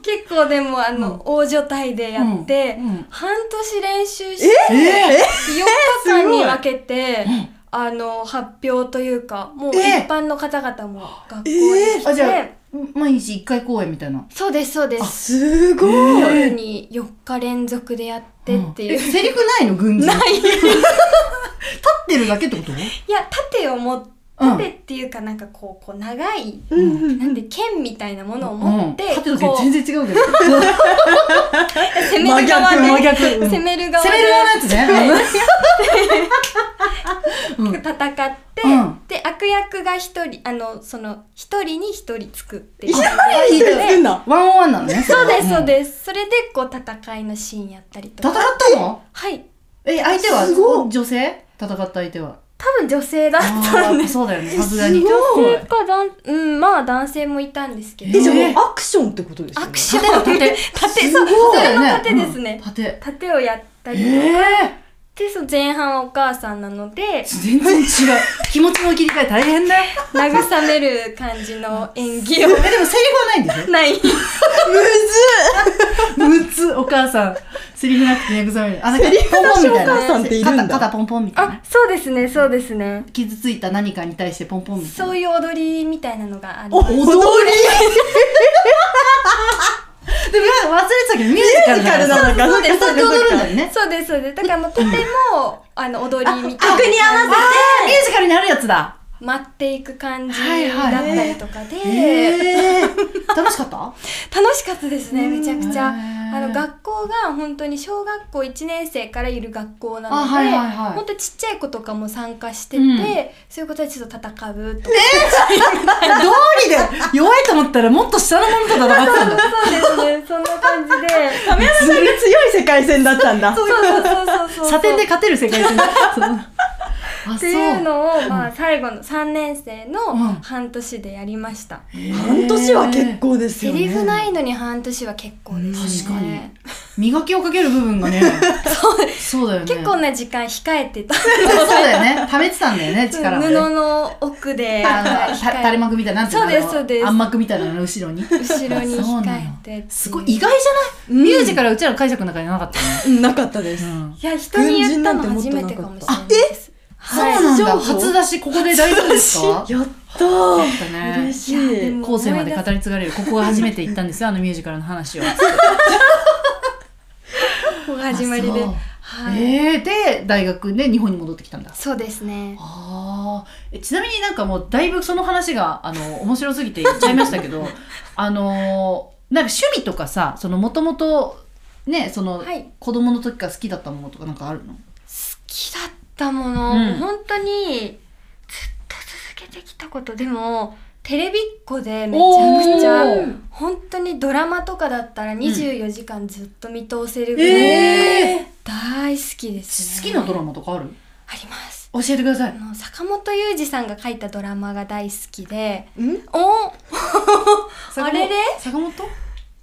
Speaker 2: 結構でもあの、大所帯でやって、
Speaker 1: うんうん
Speaker 2: 半年練習して
Speaker 1: え
Speaker 2: 4日間に分けて、
Speaker 1: ごいうん
Speaker 2: あの発表というかもう一
Speaker 1: え
Speaker 2: 般の方々も学校に
Speaker 1: え
Speaker 2: 来
Speaker 1: ー、
Speaker 2: て、
Speaker 1: あじゃあ毎日一回公演みたいな
Speaker 2: そうですそうです
Speaker 4: すごい。
Speaker 2: 夜に4日連続でやってっていう、
Speaker 1: えセリフないの軍人ない立ってるだけってこと
Speaker 2: いや盾を持って
Speaker 1: うん
Speaker 2: 盾っていうかなんかこうこう長い、
Speaker 4: うんうん
Speaker 2: なんで剣みたいなものを
Speaker 1: う
Speaker 2: 持
Speaker 1: ん
Speaker 2: って、
Speaker 1: 立ってるだ
Speaker 2: こう
Speaker 1: け全然違うけ ど
Speaker 2: 攻める側で
Speaker 4: 真逆真逆
Speaker 2: 攻める側
Speaker 1: 攻
Speaker 2: で
Speaker 1: める側のやつねうん
Speaker 2: 戦って、
Speaker 1: うん
Speaker 2: で悪役が一人あのその一人に一人つくっていう
Speaker 4: 一人で作んだ。
Speaker 1: ワンオンワンなのね
Speaker 2: そうですそう
Speaker 1: す
Speaker 2: ですそれでこう戦いのシーンやったりと
Speaker 1: 戦っ
Speaker 2: か
Speaker 1: たの
Speaker 2: はい
Speaker 1: え相手
Speaker 4: すご
Speaker 1: はい女性戦った相手は
Speaker 2: 多分女性だった
Speaker 1: あ
Speaker 2: んで
Speaker 1: ー
Speaker 2: す
Speaker 1: そうだよねさすがに
Speaker 4: すご
Speaker 2: 女性か男うんまあ男性もいたんですけ
Speaker 1: え
Speaker 4: え、
Speaker 2: ど
Speaker 4: じゃあも
Speaker 1: え
Speaker 4: うアクションってことですよ
Speaker 2: ア
Speaker 4: ね
Speaker 2: ク。ション
Speaker 1: 盾だ盾
Speaker 2: 盾そう
Speaker 1: すごい
Speaker 2: それも盾ですね、
Speaker 1: 盾
Speaker 2: 盾をやったりとか、
Speaker 1: ええ
Speaker 2: でその前半はお母さんなので
Speaker 1: 全然違う気持ちの切り替え大変 だよ
Speaker 2: 慰める感じの演技を
Speaker 1: えでもセリフはないんでしょ
Speaker 2: ない
Speaker 1: むつお母さんセリフなくて慰めるあなんか
Speaker 4: セリフなし
Speaker 1: ポンポンみたいな
Speaker 4: お母さんっているんだ
Speaker 1: 肩肩ポンポンみたいな
Speaker 2: あそうですねそうですね
Speaker 1: 傷ついた何かに対してポンポンみたい
Speaker 2: そ
Speaker 1: な
Speaker 2: ういう踊りみたいなのがあり
Speaker 4: お
Speaker 2: ます
Speaker 4: 踊り
Speaker 1: でも忘れてたけどミュージカルじゃない
Speaker 4: ミュージカルなのか
Speaker 1: そうです
Speaker 4: そ
Speaker 1: そう
Speaker 4: っかそっか
Speaker 1: で踊るんだよね
Speaker 2: そうですそうですだからもうとてもあの踊りみたいな
Speaker 4: あ曲に合わ
Speaker 1: あーミュージカルにあるやつだ
Speaker 2: 待っていく感じ
Speaker 1: はいはい
Speaker 2: だったりとかで、
Speaker 1: え楽しかった
Speaker 2: 楽しかったですねめちゃくちゃ
Speaker 1: へー
Speaker 2: あの学校が本当に小学校1年生からいる学校なの
Speaker 1: あ
Speaker 2: で、
Speaker 1: はいはいはい
Speaker 2: 本当ちっちゃい子とかも参加してて、
Speaker 1: うん
Speaker 2: そういう子たちと戦うとか、
Speaker 1: どうりで弱いと思ったらもっと下のものと戦ってたんだ
Speaker 2: そうですねそんな感じで
Speaker 4: 亀山さんが強い世界線だったんだ。
Speaker 2: そうそうそうそうそう
Speaker 1: サテンで勝てる世界線だそうあ
Speaker 2: っていう
Speaker 1: そう
Speaker 2: のを、まあ、最後の3年生の
Speaker 1: ん
Speaker 2: 半年でやりました、
Speaker 4: 半年は結構です
Speaker 2: セ
Speaker 4: よね。
Speaker 2: リフないのに半年は結構です
Speaker 1: 確かに
Speaker 2: ね
Speaker 1: 磨きをかける部分がねそうだよね
Speaker 2: 結構な時間控えてた
Speaker 1: そうだよね溜めてたんだよね力をね
Speaker 2: 布の奥で
Speaker 1: あのた垂れ幕みたいななんていの
Speaker 2: そうですそうです
Speaker 1: あの暗幕みたいなの後ろに
Speaker 2: 後ろに
Speaker 1: そうな
Speaker 2: 控
Speaker 1: の
Speaker 2: えてってう
Speaker 1: すごい意外じゃないミュージカルはうちらの解釈の中になかったね
Speaker 4: うんなかったです。
Speaker 1: うん
Speaker 2: いや人に言ったの初めてかもしれないです
Speaker 1: そう
Speaker 2: はい
Speaker 1: なんだ
Speaker 4: 最初
Speaker 1: 初出しここで大丈夫ですか
Speaker 4: やったー。
Speaker 1: だ
Speaker 4: 嬉
Speaker 1: ね
Speaker 4: し
Speaker 2: いやで
Speaker 4: い。
Speaker 2: も
Speaker 1: 後世まで語り継がれるここが初めて行ったんですよあのミュージカルの話を
Speaker 2: ここが始まり
Speaker 1: あ
Speaker 2: で
Speaker 1: そう
Speaker 2: はい、
Speaker 1: えー、で大学で日本に戻ってきたんだ
Speaker 2: そうですね
Speaker 1: あーえちなみになんかもうだいぶその話があの面白すぎて言っちゃいましたけどあのーなんか趣味とかさもともとねその、
Speaker 2: はい
Speaker 1: 子供の時から好きだったものとかなんかあるの
Speaker 2: 好きだったもの、
Speaker 1: うん
Speaker 2: 本当にずっと続けてきたことでもテレビっ子でめちゃくち
Speaker 1: お
Speaker 2: ゃ
Speaker 1: ー
Speaker 2: 本当にドラマとかだったら24時間ずっと見通せるぐらい、
Speaker 1: え
Speaker 2: 大好きです
Speaker 1: 好
Speaker 2: ね
Speaker 1: きなドラマとかある
Speaker 2: あります
Speaker 1: 教えてくださ
Speaker 2: あ
Speaker 1: い
Speaker 2: の坂本雄二さんが書いたドラマが大好きで
Speaker 4: ん
Speaker 2: おあれれ
Speaker 1: 坂本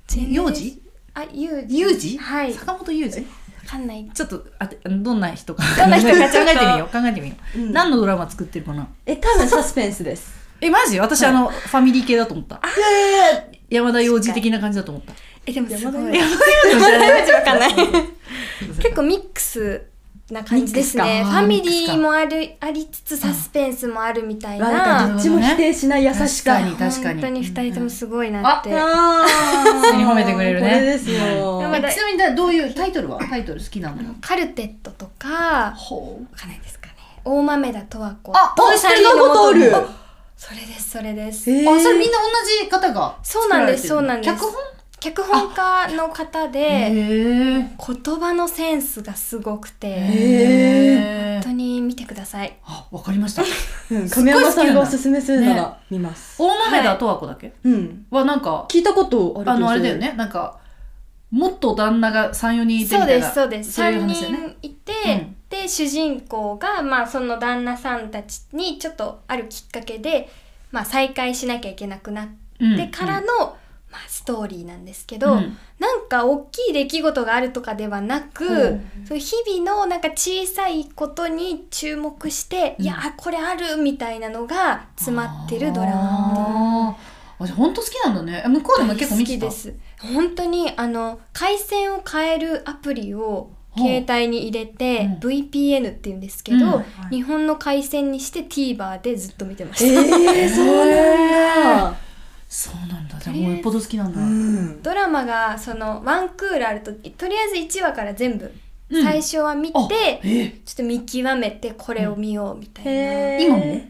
Speaker 2: ジェネレ
Speaker 1: 幼児
Speaker 2: あ雄二
Speaker 1: 雄二
Speaker 2: はいわ
Speaker 1: 坂本雄二
Speaker 2: かんない
Speaker 1: ちょっとあてどんな人か
Speaker 2: どんな人か
Speaker 1: 考 え
Speaker 2: ちょっと
Speaker 1: てみよう考えてみよう、
Speaker 4: うん
Speaker 1: 何のドラマ作ってるかな
Speaker 4: え、多分サスペンスです。
Speaker 1: え、マジ私、あの、ファミリー系だと思った。
Speaker 4: いやいやいや
Speaker 1: 山田洋次的な感じだと思った。
Speaker 2: えでもすご
Speaker 4: 山
Speaker 2: い
Speaker 4: 田
Speaker 2: わかんない
Speaker 1: 結
Speaker 2: 結構ミックスな感じです
Speaker 1: ミッ
Speaker 2: ね
Speaker 1: クス
Speaker 2: フ
Speaker 1: かあー
Speaker 2: ァミリーもあるありつつサスペンスもあるみたい
Speaker 4: な
Speaker 1: あ
Speaker 4: んか
Speaker 2: な
Speaker 4: どっちも否定しない優しさ
Speaker 1: 確かに
Speaker 2: 本当に2人ともすごいなって、
Speaker 4: あ
Speaker 1: 普通に褒めてくれるね
Speaker 4: これですよ
Speaker 2: でもだ
Speaker 1: ちなみにだ、どういう、タイトルはタイトル好きなもの。
Speaker 2: カルテットとかわ
Speaker 1: ほう。
Speaker 2: かんないですかね大豆田十和子
Speaker 1: あ
Speaker 2: と
Speaker 1: あ
Speaker 2: 三
Speaker 4: そんなことある
Speaker 2: 元それですそれです、
Speaker 4: えー
Speaker 1: あ、それみんな同じ方が
Speaker 2: そうなんですそうなんです
Speaker 1: 脚本
Speaker 2: 脚本家の方で
Speaker 1: へ
Speaker 2: 言葉のセンスがすごくて、
Speaker 1: え
Speaker 2: 本当に見てください
Speaker 1: あ、わかりました。
Speaker 4: うん亀山さんがおすすめするなら見ま す
Speaker 1: 大豆田十和子だっけ
Speaker 4: うん
Speaker 1: はなんか、
Speaker 4: 聞いたことあるけど
Speaker 1: あの、あれだよね。なんか、もっと旦那が3、4人いてみた
Speaker 2: そう
Speaker 1: い
Speaker 2: で
Speaker 1: な。
Speaker 2: すそうです
Speaker 1: そういう
Speaker 2: 3
Speaker 1: 話だよね。
Speaker 2: 人いて、
Speaker 1: うん
Speaker 2: で主人公が、まあ、その旦那さんたちにちょっとあるきっかけで、まあ、再会しなきゃいけなくなっ
Speaker 1: うん
Speaker 2: てからの、まあ、ストーリーなんですけ
Speaker 1: う
Speaker 2: ど、
Speaker 1: んうん
Speaker 2: なんか大きい出来事があるとかではなく、そういう日々のなんか小さいことに注目して、
Speaker 1: うん
Speaker 2: いやこれあるみたいなのが詰まってるドラマっていう
Speaker 1: あーあ、じゃあ本当好きなんだね。え向こうでも結構見てた
Speaker 2: 大好きで。す本当にあの回線を変えるアプリを
Speaker 1: ほう
Speaker 2: 携帯に入れて、
Speaker 1: うん
Speaker 2: VPN って言うんですけど、
Speaker 1: うんはい
Speaker 2: 日本の回線にして TVer でずっと見てました、
Speaker 4: えー、そうなんだ
Speaker 1: そうなんだ。じゃあもうよっぽど好きなんだ。
Speaker 4: ん
Speaker 2: ドラマがそのワンクールあるととりあえず1話から全部、
Speaker 1: うん
Speaker 2: 最初は見て
Speaker 1: あ
Speaker 2: ちょ
Speaker 1: え
Speaker 2: っと見極めてこれを見ようみたいな、
Speaker 1: 今も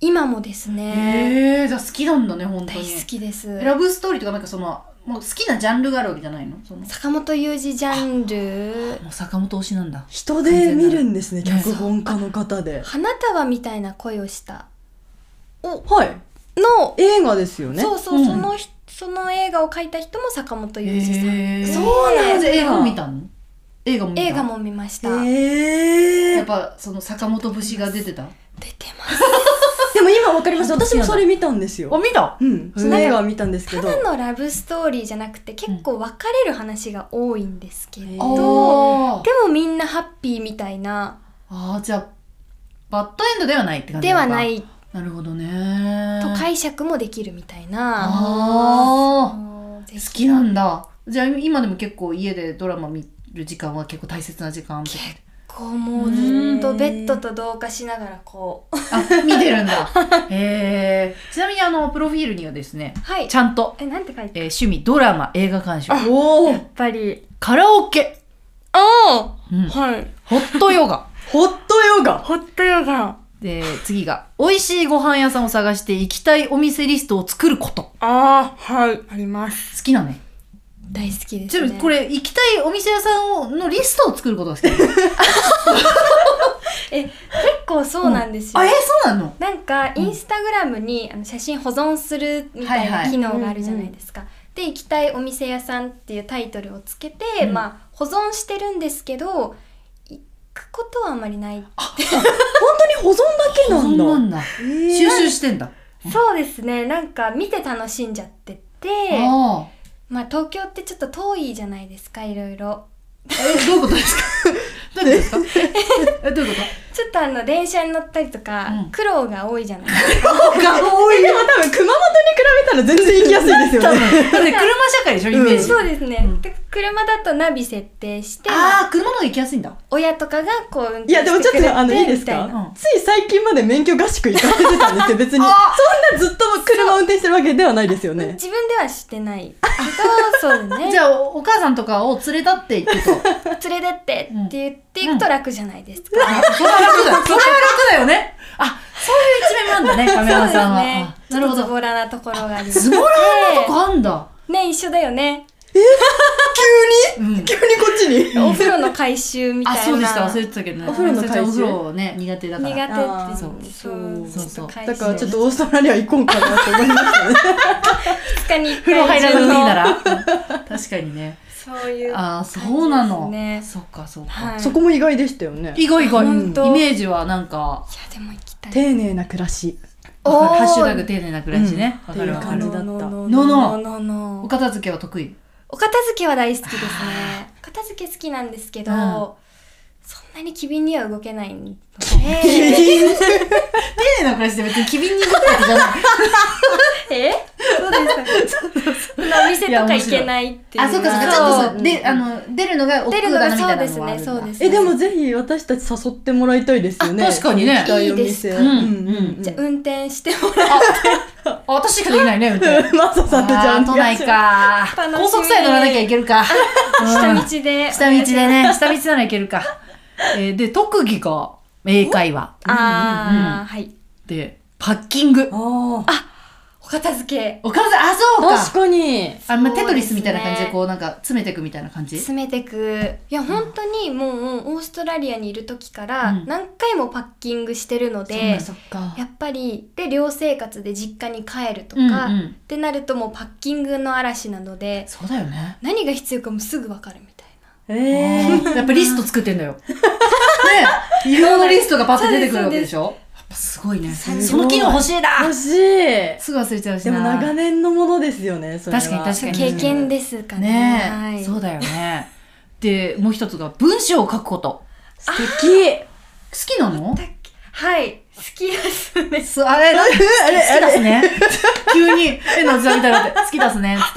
Speaker 2: 今もですね、
Speaker 1: えー、じゃあ好きなんだね、本当
Speaker 2: 大
Speaker 1: に。
Speaker 2: 好きです
Speaker 1: ラブストーリーとかなんかその、もう好きなジャンルがあるわけじゃないのその
Speaker 2: 坂本雄二ジャンル
Speaker 1: もう坂本推しなんだ。
Speaker 4: 人で見るんですね
Speaker 1: 完全な
Speaker 4: 脚本家の方で
Speaker 2: 花束みたいな恋をした
Speaker 4: はい
Speaker 2: の
Speaker 4: 映画ですよね
Speaker 2: そうそう、
Speaker 1: うん
Speaker 2: その人その映画を描いた人も坂本龍二さん、
Speaker 1: へー
Speaker 4: そうなんだ
Speaker 1: 映画も見たの映画も見た
Speaker 2: 映画も見ました、
Speaker 4: え
Speaker 1: や
Speaker 4: ー
Speaker 1: っ、ぱその坂本節が出てたあ
Speaker 2: 出てます
Speaker 4: でも今わかりました私もそれ見たんですよ
Speaker 1: 見た
Speaker 4: うんその映画は見たんですけ
Speaker 2: た
Speaker 4: ど
Speaker 2: だのラブストーリーじゃなくて結構別れる話が多いんですけど、
Speaker 4: う
Speaker 2: で
Speaker 4: んあ
Speaker 2: も
Speaker 1: あ
Speaker 2: みんなハッピーみたいな
Speaker 1: あーじゃあバッドエンドではないって感じ
Speaker 2: で
Speaker 1: な
Speaker 2: は
Speaker 1: んだ
Speaker 2: ないと
Speaker 1: なるほどね
Speaker 2: 解釈もできるみたいな、
Speaker 1: ああ
Speaker 2: もうぜ
Speaker 1: 好
Speaker 2: ひ
Speaker 1: きなんだじゃあ今でも結構家でドラマ見る時間は結構大切な時間って
Speaker 2: こうもうずっとベッドと同化しながらこう
Speaker 1: あ見てるんだ へえちなみにあのプロフィールにはですね
Speaker 2: はい
Speaker 1: ちゃんと、
Speaker 2: えなんて書いて
Speaker 1: えー趣味ドラマ映画鑑賞
Speaker 4: お
Speaker 2: や
Speaker 4: ー
Speaker 2: っぱり
Speaker 1: カラオケ、
Speaker 2: あ
Speaker 1: うん
Speaker 2: あ、はい
Speaker 1: ホットヨガ
Speaker 4: ホットヨガ
Speaker 2: ホットヨガ
Speaker 1: で次が美味しいご飯屋さんを探して行きたいお店リストを作ること好
Speaker 2: ああはいあります
Speaker 1: きなね
Speaker 2: 大好きです
Speaker 1: ち
Speaker 2: ね
Speaker 1: ょっとこれ行きたいお店屋さんをのリストを作ることが好き
Speaker 2: え結構そうなんですよ、
Speaker 1: あえそうなの
Speaker 2: なんかインスタグラムにあの写真保存するみたい
Speaker 1: はいは
Speaker 2: ない機能があるじゃないですか、で「行きたいお店屋さん」っていうタイトルをつけて、
Speaker 1: うん
Speaker 2: まあ保存してるんですけど行くことはあまりない
Speaker 4: 本当に保存だけなんだ
Speaker 1: そうなんだ
Speaker 4: え
Speaker 1: 収
Speaker 4: ー、
Speaker 1: 集してんだ
Speaker 2: そうですねなんか見て楽しんじゃってて
Speaker 1: ああ
Speaker 2: まあ東京ってちょっと遠いじゃないですかいろいろ
Speaker 1: えどういうことですかどういうことですかえどういうこ
Speaker 2: ちょっとあの電車に乗ったりとか、
Speaker 1: うん
Speaker 2: 苦労が多いじゃないですか
Speaker 4: が多いでも多分熊本に比べたら全然行きやすいです
Speaker 1: と多
Speaker 4: よね
Speaker 1: 分だって車社会でしょイメージ、
Speaker 2: そうですね、
Speaker 1: うん
Speaker 2: で車だとナビ設定して
Speaker 1: ああ車の方が行きやすいんだ
Speaker 2: 親とかがこう運
Speaker 4: いやでもちょっとあのいいです
Speaker 2: みたな
Speaker 1: う
Speaker 4: か
Speaker 1: ん
Speaker 4: つい最近まで免許合宿行かれてたんですよ別にそん
Speaker 1: あ
Speaker 4: なずっと車運転してるわけではないですよね
Speaker 2: 自分ではしてないけどそうだね
Speaker 1: じゃあおお母さんとかを連れ立って行く と
Speaker 2: 連れてってって言っていくと楽じゃないですか、
Speaker 1: あそれは楽だよそれは楽だよねあそういう一面もあんだね亀山さんは、あ
Speaker 2: そうですね
Speaker 1: なるほ
Speaker 2: ちょっと
Speaker 1: ど
Speaker 2: ズボラなところがあります
Speaker 1: ズボラなとこあんだ。
Speaker 2: ね一緒だよね
Speaker 1: うん
Speaker 4: 急にこっちに
Speaker 2: お風呂の回収みたい
Speaker 1: あ、
Speaker 2: な
Speaker 1: そうでした。忘れてたけどね。
Speaker 4: お風呂の回収
Speaker 1: お風呂ね、苦手だから。
Speaker 2: 苦手って
Speaker 4: そう
Speaker 2: そう
Speaker 1: そう
Speaker 2: ちょっと回収
Speaker 4: だからちょっとオーストラリア行こうかなと思いましたね
Speaker 2: 二日に一
Speaker 1: 風呂
Speaker 2: 回
Speaker 1: 入らな
Speaker 2: 中
Speaker 1: くていい
Speaker 2: の
Speaker 1: なら。 確かにね。
Speaker 2: そういう
Speaker 1: あー、そうなの
Speaker 2: 感じで。すね
Speaker 1: そうか、そう
Speaker 2: は
Speaker 1: か。
Speaker 2: い
Speaker 4: そこも意外でしたよね
Speaker 1: 意外意外。イ
Speaker 2: 本当
Speaker 1: メージはなんか、
Speaker 2: いやでも行きたい
Speaker 4: 丁寧な暮らし
Speaker 1: わかる
Speaker 2: おー
Speaker 1: ハッシュタグ丁寧な暮らしね。
Speaker 4: うん
Speaker 1: わかるわか
Speaker 4: ってい
Speaker 1: る。
Speaker 4: う感じだった
Speaker 1: の
Speaker 2: の
Speaker 1: の
Speaker 2: ののの
Speaker 1: お片付けは得意。
Speaker 2: お片付けは大好きですね。お片付け好きなんですけど、
Speaker 1: うん
Speaker 2: そんなに機敏には動けないの で
Speaker 1: 丁寧な暮らしで別に機敏に動くわけじゃない。
Speaker 2: えそうですかそんなお店とか行けないっていう
Speaker 1: あ、そうかそうか。ちょっとそう、で、あの、出るのが億
Speaker 2: 出る
Speaker 1: 劫
Speaker 2: の
Speaker 1: だ
Speaker 2: が
Speaker 1: なみ
Speaker 2: そ
Speaker 1: たいな
Speaker 2: うで
Speaker 1: の
Speaker 2: す
Speaker 1: もあるん
Speaker 2: ね
Speaker 1: だ
Speaker 2: そうです
Speaker 4: えでもぜひ私たち誘ってもらいたいですよね
Speaker 1: あ確かにね
Speaker 4: 行きたいお店
Speaker 2: いいです
Speaker 1: かうんうん
Speaker 4: うん
Speaker 2: じゃあ運転してもらっ
Speaker 1: あ、私しかできない ね、運転。
Speaker 4: マサさんとじゃ
Speaker 1: あ
Speaker 4: ん
Speaker 1: ー都内か
Speaker 2: 楽しみ
Speaker 1: 高速さえ乗らなきゃいけるかうん
Speaker 2: て下道で
Speaker 1: 下道で ね下道ならいけるか、えーで特技が英会話
Speaker 2: ああはい
Speaker 1: でパッキング
Speaker 4: ああ
Speaker 2: お片付け
Speaker 1: お母さんあそうか
Speaker 4: 確かに
Speaker 1: あんまテ
Speaker 2: そうですね
Speaker 1: トリスみたいな感じでこうなんか詰めていくみたいな感じ
Speaker 2: 詰めてくいや本当にもうオーストラリアにいる時か
Speaker 1: う
Speaker 2: ら
Speaker 1: ん
Speaker 2: 何回もパッキングしてるので、
Speaker 1: そっか
Speaker 2: やっぱりで寮生活で実家に帰ると
Speaker 1: うんう
Speaker 2: か、っ
Speaker 1: ん
Speaker 2: てなるともうパッキングの嵐なので
Speaker 1: そうだよね
Speaker 2: 何が必要かもすぐ分かるみたい
Speaker 4: え ー
Speaker 1: やっぱリスト作ってんだよねいろんなリストがパッと出てくるわけでしょやっぱすごいね
Speaker 4: ごい
Speaker 1: その機能欲しいな
Speaker 4: 欲しい
Speaker 1: すぐ忘れちゃうし
Speaker 4: で
Speaker 1: な
Speaker 4: も長年のものですよねそれは
Speaker 1: 確かに確か
Speaker 2: な
Speaker 1: に
Speaker 2: 経験ですかね
Speaker 1: ねえ、
Speaker 2: はい、
Speaker 1: そうだよね。で、もう一つが文章を書くこと。
Speaker 4: 素敵
Speaker 1: 好きなの
Speaker 2: だっけはい好きですね
Speaker 1: すあれ、なんか
Speaker 4: あれ
Speaker 1: 好き
Speaker 4: あ
Speaker 1: だ
Speaker 4: れ
Speaker 1: すね。急に、えのちゃんみたいになって、好きだすね、 つっ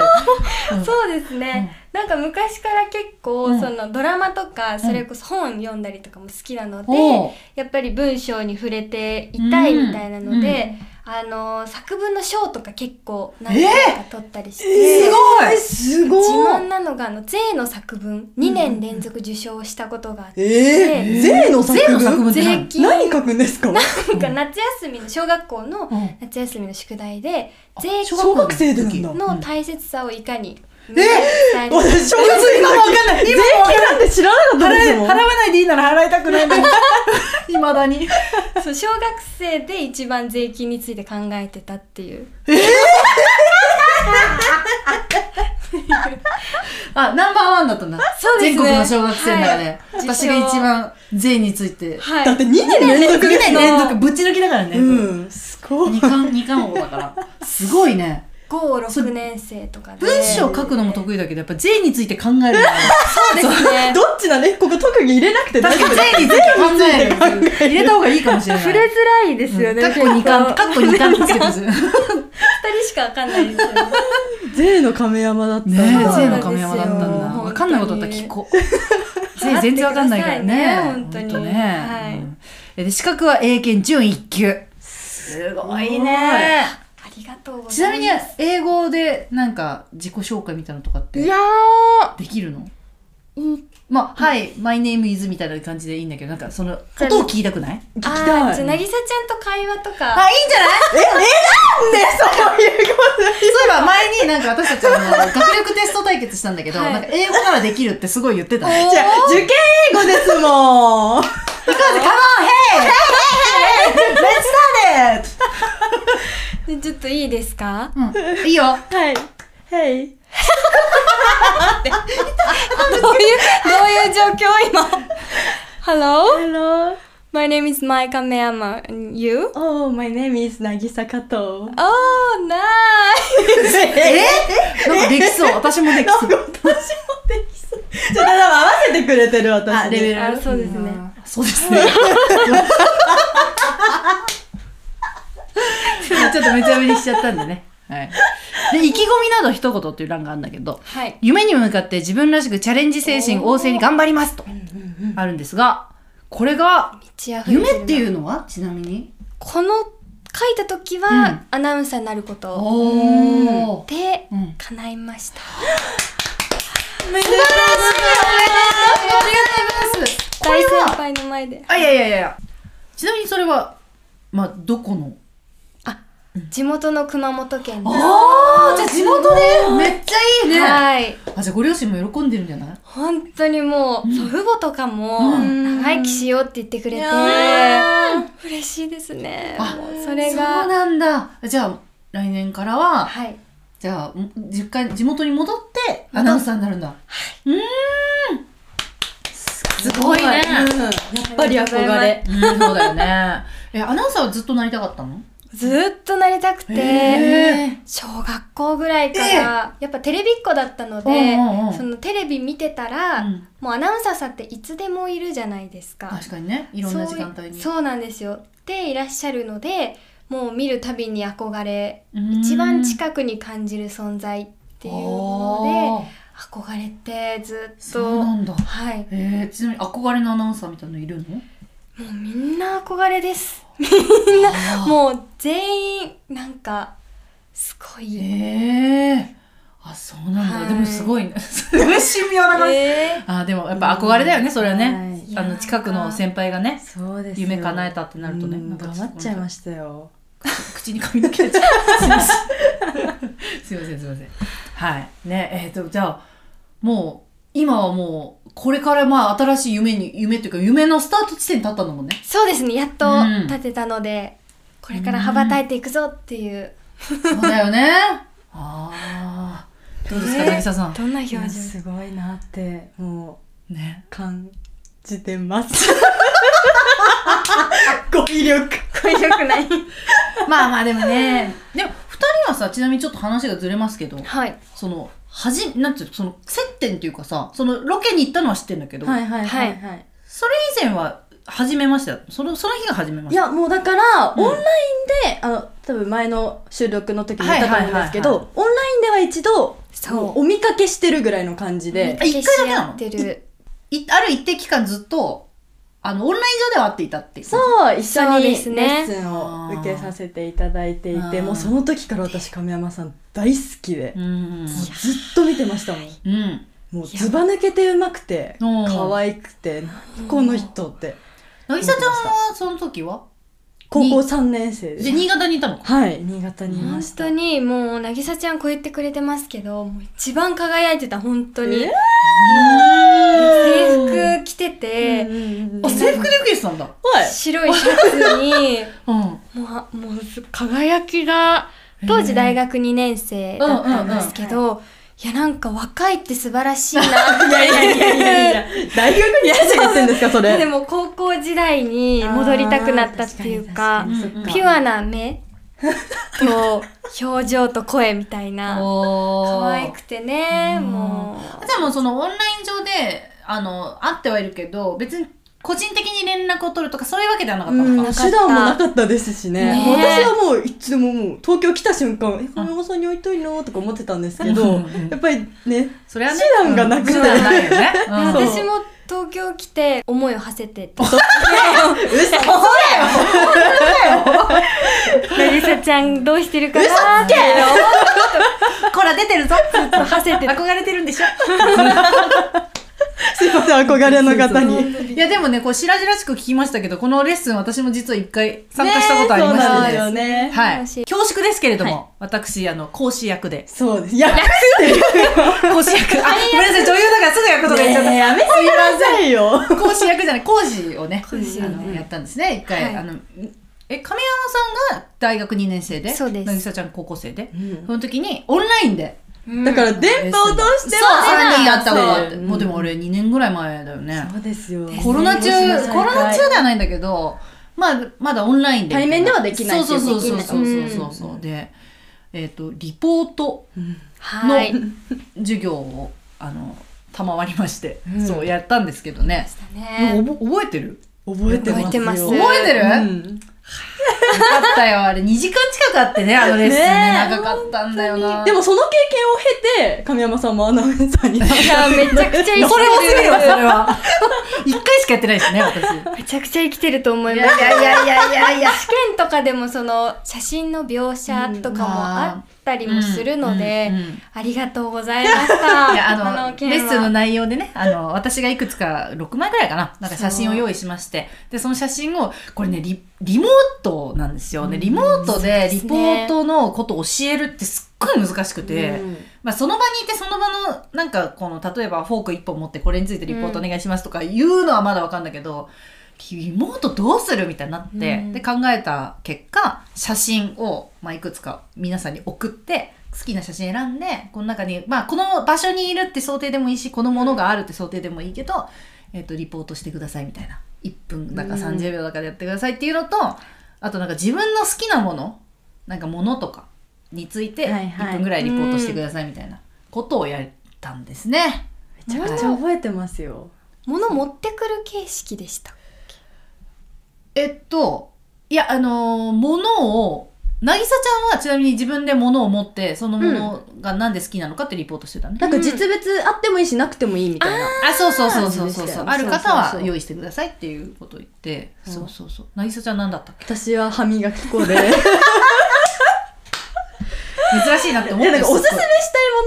Speaker 1: て。うん
Speaker 2: そうですね、なんか昔から結構、
Speaker 1: うん
Speaker 2: そのドラマとかそれこそ本読んだりとかも好きなので、
Speaker 1: おう
Speaker 2: やっぱり文章に触れていたいみたいなので、あの作文の賞とか結構何回か取ったりして、
Speaker 1: すごい
Speaker 4: えーす
Speaker 2: 自
Speaker 4: ご
Speaker 2: 慢
Speaker 4: い
Speaker 2: なのがあの税の作文2年連続受賞したことがあって、
Speaker 4: えー税の作
Speaker 1: 税の
Speaker 4: 文
Speaker 1: 作文って
Speaker 2: 税
Speaker 1: 何
Speaker 2: 金
Speaker 4: 何書くんですか
Speaker 2: なんか夏休みの小学校の
Speaker 1: うん
Speaker 2: 夏休みの宿題で
Speaker 1: あ
Speaker 2: 税
Speaker 4: 小学生でなんだ
Speaker 1: 小学
Speaker 2: の大切さをいかにえ
Speaker 4: え私小学生今もわかんない税金なんて知らなかったです
Speaker 1: 払
Speaker 4: も
Speaker 1: わ
Speaker 4: ん
Speaker 1: ないでいいなら払いたくない のに。いまだに。
Speaker 2: そう小学生で一番税金について考えてたっていう
Speaker 1: あ、ナンバーワンだったんだ。
Speaker 2: そうで
Speaker 1: 全
Speaker 2: すね
Speaker 1: 国の小学生の中で。
Speaker 2: はい
Speaker 1: 私が一番税について。
Speaker 2: はい
Speaker 4: だって2年連続
Speaker 1: 2
Speaker 4: で
Speaker 1: 年連続ぶっち抜きだからね。
Speaker 4: うんすごい
Speaker 1: 二冠、二冠王だから。すごいね。
Speaker 2: 56年生とかで
Speaker 1: 文章書くのも得意だけど、やっぱ税について考えるのも。
Speaker 2: そうですね
Speaker 4: どっちなんでここ特技入れなくて大
Speaker 1: 確
Speaker 4: 丈
Speaker 1: かに
Speaker 4: 夫
Speaker 1: 税について考える。入れた方がいいかもしれない。
Speaker 2: 触れづらいですよね、
Speaker 1: かっこ2巻、かっこ2巻つけてます。ね
Speaker 2: 二人しかわかんないですよね
Speaker 4: 税の亀山だったん
Speaker 1: え、
Speaker 4: だ
Speaker 1: 税の亀山だった
Speaker 2: そうなん
Speaker 1: ん
Speaker 2: ですよ
Speaker 1: だ。
Speaker 2: 本当に
Speaker 1: わかんないことだったら聞こう。税全然わかんないからね。
Speaker 2: 払ってくださいね本当に
Speaker 1: ね。
Speaker 2: はい
Speaker 1: うんで、資格は英検準1級。すごいね。
Speaker 2: ありがとうございます
Speaker 1: ちなみに、英語でなんか自己紹介みたいなのとかって
Speaker 2: いや
Speaker 1: できるの
Speaker 2: ーい
Speaker 1: まあ、はい、my name is みたいな感じでいいんだけど、なんかその、音を聞いたくない
Speaker 4: 聞き
Speaker 2: あ
Speaker 4: た
Speaker 2: ーじゃあ
Speaker 4: い
Speaker 2: 渚ちゃんと会話とか
Speaker 1: あ、いいんじゃない
Speaker 4: でそういう
Speaker 1: そういえば前になんか私たちあの学力テスト対決したんだけど、
Speaker 2: はい
Speaker 1: なんか英語ならできるってすごい言ってたね。
Speaker 4: じゃあ受験英語ですもん
Speaker 1: Because come on, hey! Hey! Hey! Let's start
Speaker 2: でちょっといいですか
Speaker 1: it! うん、いいよ。
Speaker 4: はいはい
Speaker 2: どういうどういう状況今 Hello
Speaker 4: Hello
Speaker 2: my name is Mai Kameyama and you
Speaker 4: Oh my name is 渚加 藤
Speaker 2: Oh nice
Speaker 1: えなんかできそう。私もできそう。
Speaker 4: ちょっと多分合わせてくれてる私に
Speaker 1: あ、レベル。
Speaker 2: あそうですね
Speaker 1: ん。そうですね。ちょっとめちゃめちゃしちゃったんでね。はい。で、意気込みなど一言っていう欄があるんだけど、
Speaker 2: はい
Speaker 1: 夢に向かって自分らしくチャレンジ精神旺盛に頑張りますとあるんですが、これが夢っていううのはちなみに
Speaker 2: この書いた時は、
Speaker 1: うん
Speaker 2: アナウンサーになること
Speaker 1: おー
Speaker 2: で
Speaker 1: うん
Speaker 2: 叶いました
Speaker 4: めでとうござい
Speaker 1: ありがとうございますこ
Speaker 2: 大
Speaker 1: れ
Speaker 2: 先
Speaker 1: は
Speaker 2: 輩の前で
Speaker 1: あいやいやいやいやちなみにそれはまあどこの
Speaker 2: 地元の熊本県です
Speaker 1: ああじゃあ地元でめっちゃいいねあ
Speaker 2: はい
Speaker 1: じゃあご両親も喜んでるんじゃない
Speaker 2: 本当にもう、祖父母とかも、
Speaker 4: ん
Speaker 2: 長生きしようって言ってくれて、
Speaker 4: や
Speaker 2: 嬉しいですね
Speaker 1: あ
Speaker 2: もうそれ
Speaker 1: そう
Speaker 2: が
Speaker 1: なんだじゃあ来年からは
Speaker 2: はい
Speaker 1: じゃあ実家に地元に戻ってアナウンサーになるんだ うーんすごいね
Speaker 4: うんやっぱり憧れ
Speaker 1: うんそうだよねえアナウンサーはずっとなりたかったの
Speaker 2: ずっとなりたくて、
Speaker 1: へ
Speaker 2: 小学校ぐらいから、やっぱテレビっ子だったので、
Speaker 1: うんうんうん
Speaker 2: そのテレビ見てたら、
Speaker 1: うん
Speaker 2: もうアナウンサーさんっていつでもいるじゃないですか。
Speaker 1: 確かにねいろんな時間帯に
Speaker 2: そうそうなんですよでいらっしゃるのでもう見るたびに憧れ
Speaker 1: うん
Speaker 2: 一番近くに感じる存在っていうもの
Speaker 1: あー
Speaker 2: で憧れてずっ
Speaker 1: そう
Speaker 2: と
Speaker 1: なんだ
Speaker 2: はいも
Speaker 1: えー、ちなみに憧れのアナウンサーみたいなのいるの
Speaker 2: うみんな憧 れです
Speaker 1: あー
Speaker 2: もう全員なんかすごい、
Speaker 1: ええあそうなんだ、
Speaker 2: はい
Speaker 1: でもすごいね すごい神妙な感じ、
Speaker 2: え
Speaker 1: あでもやっぱ憧れだよね、それはね、
Speaker 4: はい
Speaker 2: いや
Speaker 1: あの近くの先輩がね
Speaker 4: そうですよ
Speaker 1: 夢叶えたってなるとね
Speaker 4: うん
Speaker 1: なんか
Speaker 4: 頑張っちゃいましたよ
Speaker 1: 口に髪の 毛がついちゃうすいませんすいませんはいねえっ、とじゃあもう今はもうこれからまあ新しい夢に夢というか夢のスタート地点に立ったんだもんね
Speaker 2: そうですねやっと
Speaker 1: うん
Speaker 2: 立てたので、これから羽ばたいていくぞっていう、
Speaker 1: そうだよねああどうですか
Speaker 4: ね
Speaker 1: 渚、さん
Speaker 2: どんない表情
Speaker 4: やすごいなっても
Speaker 1: ね
Speaker 4: う感じてます 語彙力
Speaker 2: これよくない
Speaker 1: まあまあでもねでも二人はさちなみにちょっと話がずれますけど
Speaker 2: はい
Speaker 1: そのはじなんていうのその接点っていうかさそのロケに行ったのは知ってんだけど、
Speaker 4: はいはいはいはい
Speaker 1: それ以前は初めましてだったそのその日が初めま
Speaker 4: い
Speaker 1: して
Speaker 4: やもうだから、
Speaker 1: うん
Speaker 4: オンラインであの多分前の収録の時に言ったと思うんですけど、
Speaker 1: はいは
Speaker 4: オンラインでは一度
Speaker 2: そう
Speaker 4: お見かけしてるぐらいの感じで、
Speaker 1: 一回だけなの
Speaker 2: 消し合ってる
Speaker 1: いある一定期間ずっとあのオンライン上では会っていたっていう
Speaker 4: そう一緒
Speaker 2: そう
Speaker 4: にレ
Speaker 2: ですね
Speaker 4: ッスンを受けさせていただいてい
Speaker 1: あ
Speaker 4: て
Speaker 1: ー
Speaker 4: もうその時から私亀山さん大好きで、
Speaker 1: うん
Speaker 4: もうずっと見てましたもん
Speaker 1: うん
Speaker 4: もうずば抜けてうまくて
Speaker 1: うん
Speaker 4: 可愛くてなんこの人って
Speaker 1: 渚ちゃんはその時は
Speaker 4: 高校3年生で
Speaker 1: です新潟にいたのか
Speaker 4: はい新潟にいま
Speaker 2: 本
Speaker 4: した
Speaker 2: 当にもう渚ちゃんこう言ってくれてますけどもう一番輝いてた本当に、
Speaker 4: え
Speaker 1: 制
Speaker 2: 制服着て
Speaker 4: ー
Speaker 2: て、
Speaker 4: うん
Speaker 1: あ制服で受けてたんだ
Speaker 4: はい
Speaker 2: 白いシャツ に
Speaker 1: うん
Speaker 2: もうあもう輝きが当時大学2年生だったんですけど、いやなんか若いって素晴らしいな
Speaker 4: いやいやいやいやいや大学に何年やってんですかそれ
Speaker 2: でも高校時代に戻りたくなったっていう
Speaker 4: あ
Speaker 2: か
Speaker 1: うん
Speaker 4: ー確に確かに
Speaker 2: ピュアな目と表情と声みたいな
Speaker 1: おー
Speaker 2: 可愛くてね
Speaker 1: うん
Speaker 2: もう。
Speaker 1: じゃあもうそのオンライン上であの会ってはいるけど別に個人的に連絡を取るとかそういうわけではなかった
Speaker 4: うん
Speaker 1: のか、
Speaker 2: かった
Speaker 4: 手段もなかったですしね
Speaker 2: ね
Speaker 4: 私はもういつでももう東京来た瞬間「え金山さんに会いたいな」とか思ってたんですけ
Speaker 1: う
Speaker 4: ど
Speaker 1: んうん
Speaker 4: やっぱりね
Speaker 1: それはね
Speaker 4: 手段がなくて
Speaker 1: 手段ないよ ね、うん
Speaker 4: そう
Speaker 2: 私も東京来て思いを馳せ てて
Speaker 4: 嘘
Speaker 2: 渚ちゃんどうしてるかなーっていうのを
Speaker 1: こら出てるぞ
Speaker 2: ずっと馳せて て
Speaker 1: 憧れてるんでしょ
Speaker 4: すいません憧れの方に
Speaker 1: いやでもねこう白々しく聞きましたけどこのレッスン私も実は一回参加したことありまして
Speaker 4: ねそう
Speaker 1: ね
Speaker 4: なんですよね
Speaker 1: はい
Speaker 2: 楽しい
Speaker 1: 恐縮ですけれども、私あの講師役で
Speaker 4: そうですやめて
Speaker 1: 講師役 あごめんなさい女優だからすぐ役とか言っちゃった、
Speaker 4: やめてくださいよ
Speaker 1: 講師役じゃない講師をね
Speaker 2: 講師をね
Speaker 1: あのやったんですね一回、
Speaker 2: はい
Speaker 1: あのえ亀山さんが大学2年生で
Speaker 2: そうです
Speaker 1: 渚ちゃん高校生でその時にオンラインで
Speaker 4: だから
Speaker 2: で
Speaker 4: 電波を通しても
Speaker 1: そう3人やったことあって
Speaker 4: そう
Speaker 1: もうでも俺2年ぐらい前だよね
Speaker 4: そうですよ
Speaker 1: コロナ中、
Speaker 4: ね
Speaker 1: コロナ中ではないんだけど、まあ、まだオンラインで。
Speaker 4: 対面ではできないって
Speaker 1: そ
Speaker 4: いうう
Speaker 1: そうそう
Speaker 4: でき
Speaker 1: そ
Speaker 4: な
Speaker 1: う
Speaker 2: い
Speaker 1: そうそうそう。で、えっ、と、リポート
Speaker 2: はい
Speaker 1: の授業を、あの、賜りまして、
Speaker 4: ん
Speaker 1: そう、やったんですけどね。で
Speaker 2: ね
Speaker 1: もおぼ覚えてる
Speaker 4: 覚えてますよ
Speaker 2: 覚えてます
Speaker 1: 覚えてる、
Speaker 4: う
Speaker 1: よ
Speaker 4: ん
Speaker 1: かったよ。あれ、2時間近くあってね、あのレッスンね
Speaker 4: ねえ
Speaker 1: 長かったんだよな。
Speaker 4: でも、その経験を経て神山さんもアナウンサーになった
Speaker 2: いやめちゃくちゃ生きてる
Speaker 1: それもすぎるわ、それは。1回しかやってないしね、私。
Speaker 2: めちゃくちゃ生きてると思い
Speaker 1: い
Speaker 2: ます
Speaker 1: やいやいやいやいやいや。
Speaker 2: 試験とかでもその写真の描写とかもあったりもするので、
Speaker 1: うんうんうん
Speaker 2: ありがとうご ざいました
Speaker 1: いやあの
Speaker 2: こ件は
Speaker 1: レッスンの内容でねあの私がいくつか6枚ぐらいかななんか写真を用意しましてでその写真をこれねリリモートなんですよねリモートで
Speaker 2: そ
Speaker 1: リ
Speaker 2: うです
Speaker 1: ポ
Speaker 2: ね
Speaker 1: ートのことを教えるってすっごい難しくて、
Speaker 4: うん
Speaker 1: まあ、その場にいてその場のなんかこの例えばフォーク1本持ってこれについてリポートお願いしますとか言うのはまだわかんだけど。リモートどうするみたいになって、
Speaker 2: うん
Speaker 1: で考えた結果写真を、まあ、いくつか皆さんに送って好きな写真選んでこの中に、まあ、この場所にいるって想定でもいいしこのものがあるって想定でもいいけど、えっとリポートしてくださいみたいな1分だか
Speaker 4: うん
Speaker 1: 30秒だかでやってくださいっていうのと、あとなんか自分の好きなものなんかものとかについて
Speaker 4: はいはい
Speaker 1: 1分ぐらいリポートしてくださいみたいなことをやったんですね。
Speaker 4: めちゃくちゃ覚えてますよ。
Speaker 2: 物持ってくる形式でした
Speaker 1: えっと、いや、あのー物を、なぎさちゃんはちなみに自分で物を持って、その物がなんで好きなのかってリポートしてたね。
Speaker 4: なんか実物あってもいいしなくてもいいみたいな。
Speaker 1: あ、そうそうそうそうそうそう。
Speaker 4: あ
Speaker 1: あ
Speaker 4: る
Speaker 1: る方
Speaker 4: 方そうそう
Speaker 1: は
Speaker 4: そう
Speaker 1: 用意してくださいっていうことを言って、
Speaker 4: うん
Speaker 1: そうそうそう。なぎさちゃん何だったっけ
Speaker 4: 私は歯磨き 粉で。いや
Speaker 1: 珍しいなって思っ
Speaker 4: な
Speaker 1: て
Speaker 4: ん
Speaker 1: る
Speaker 4: かおすすめしたい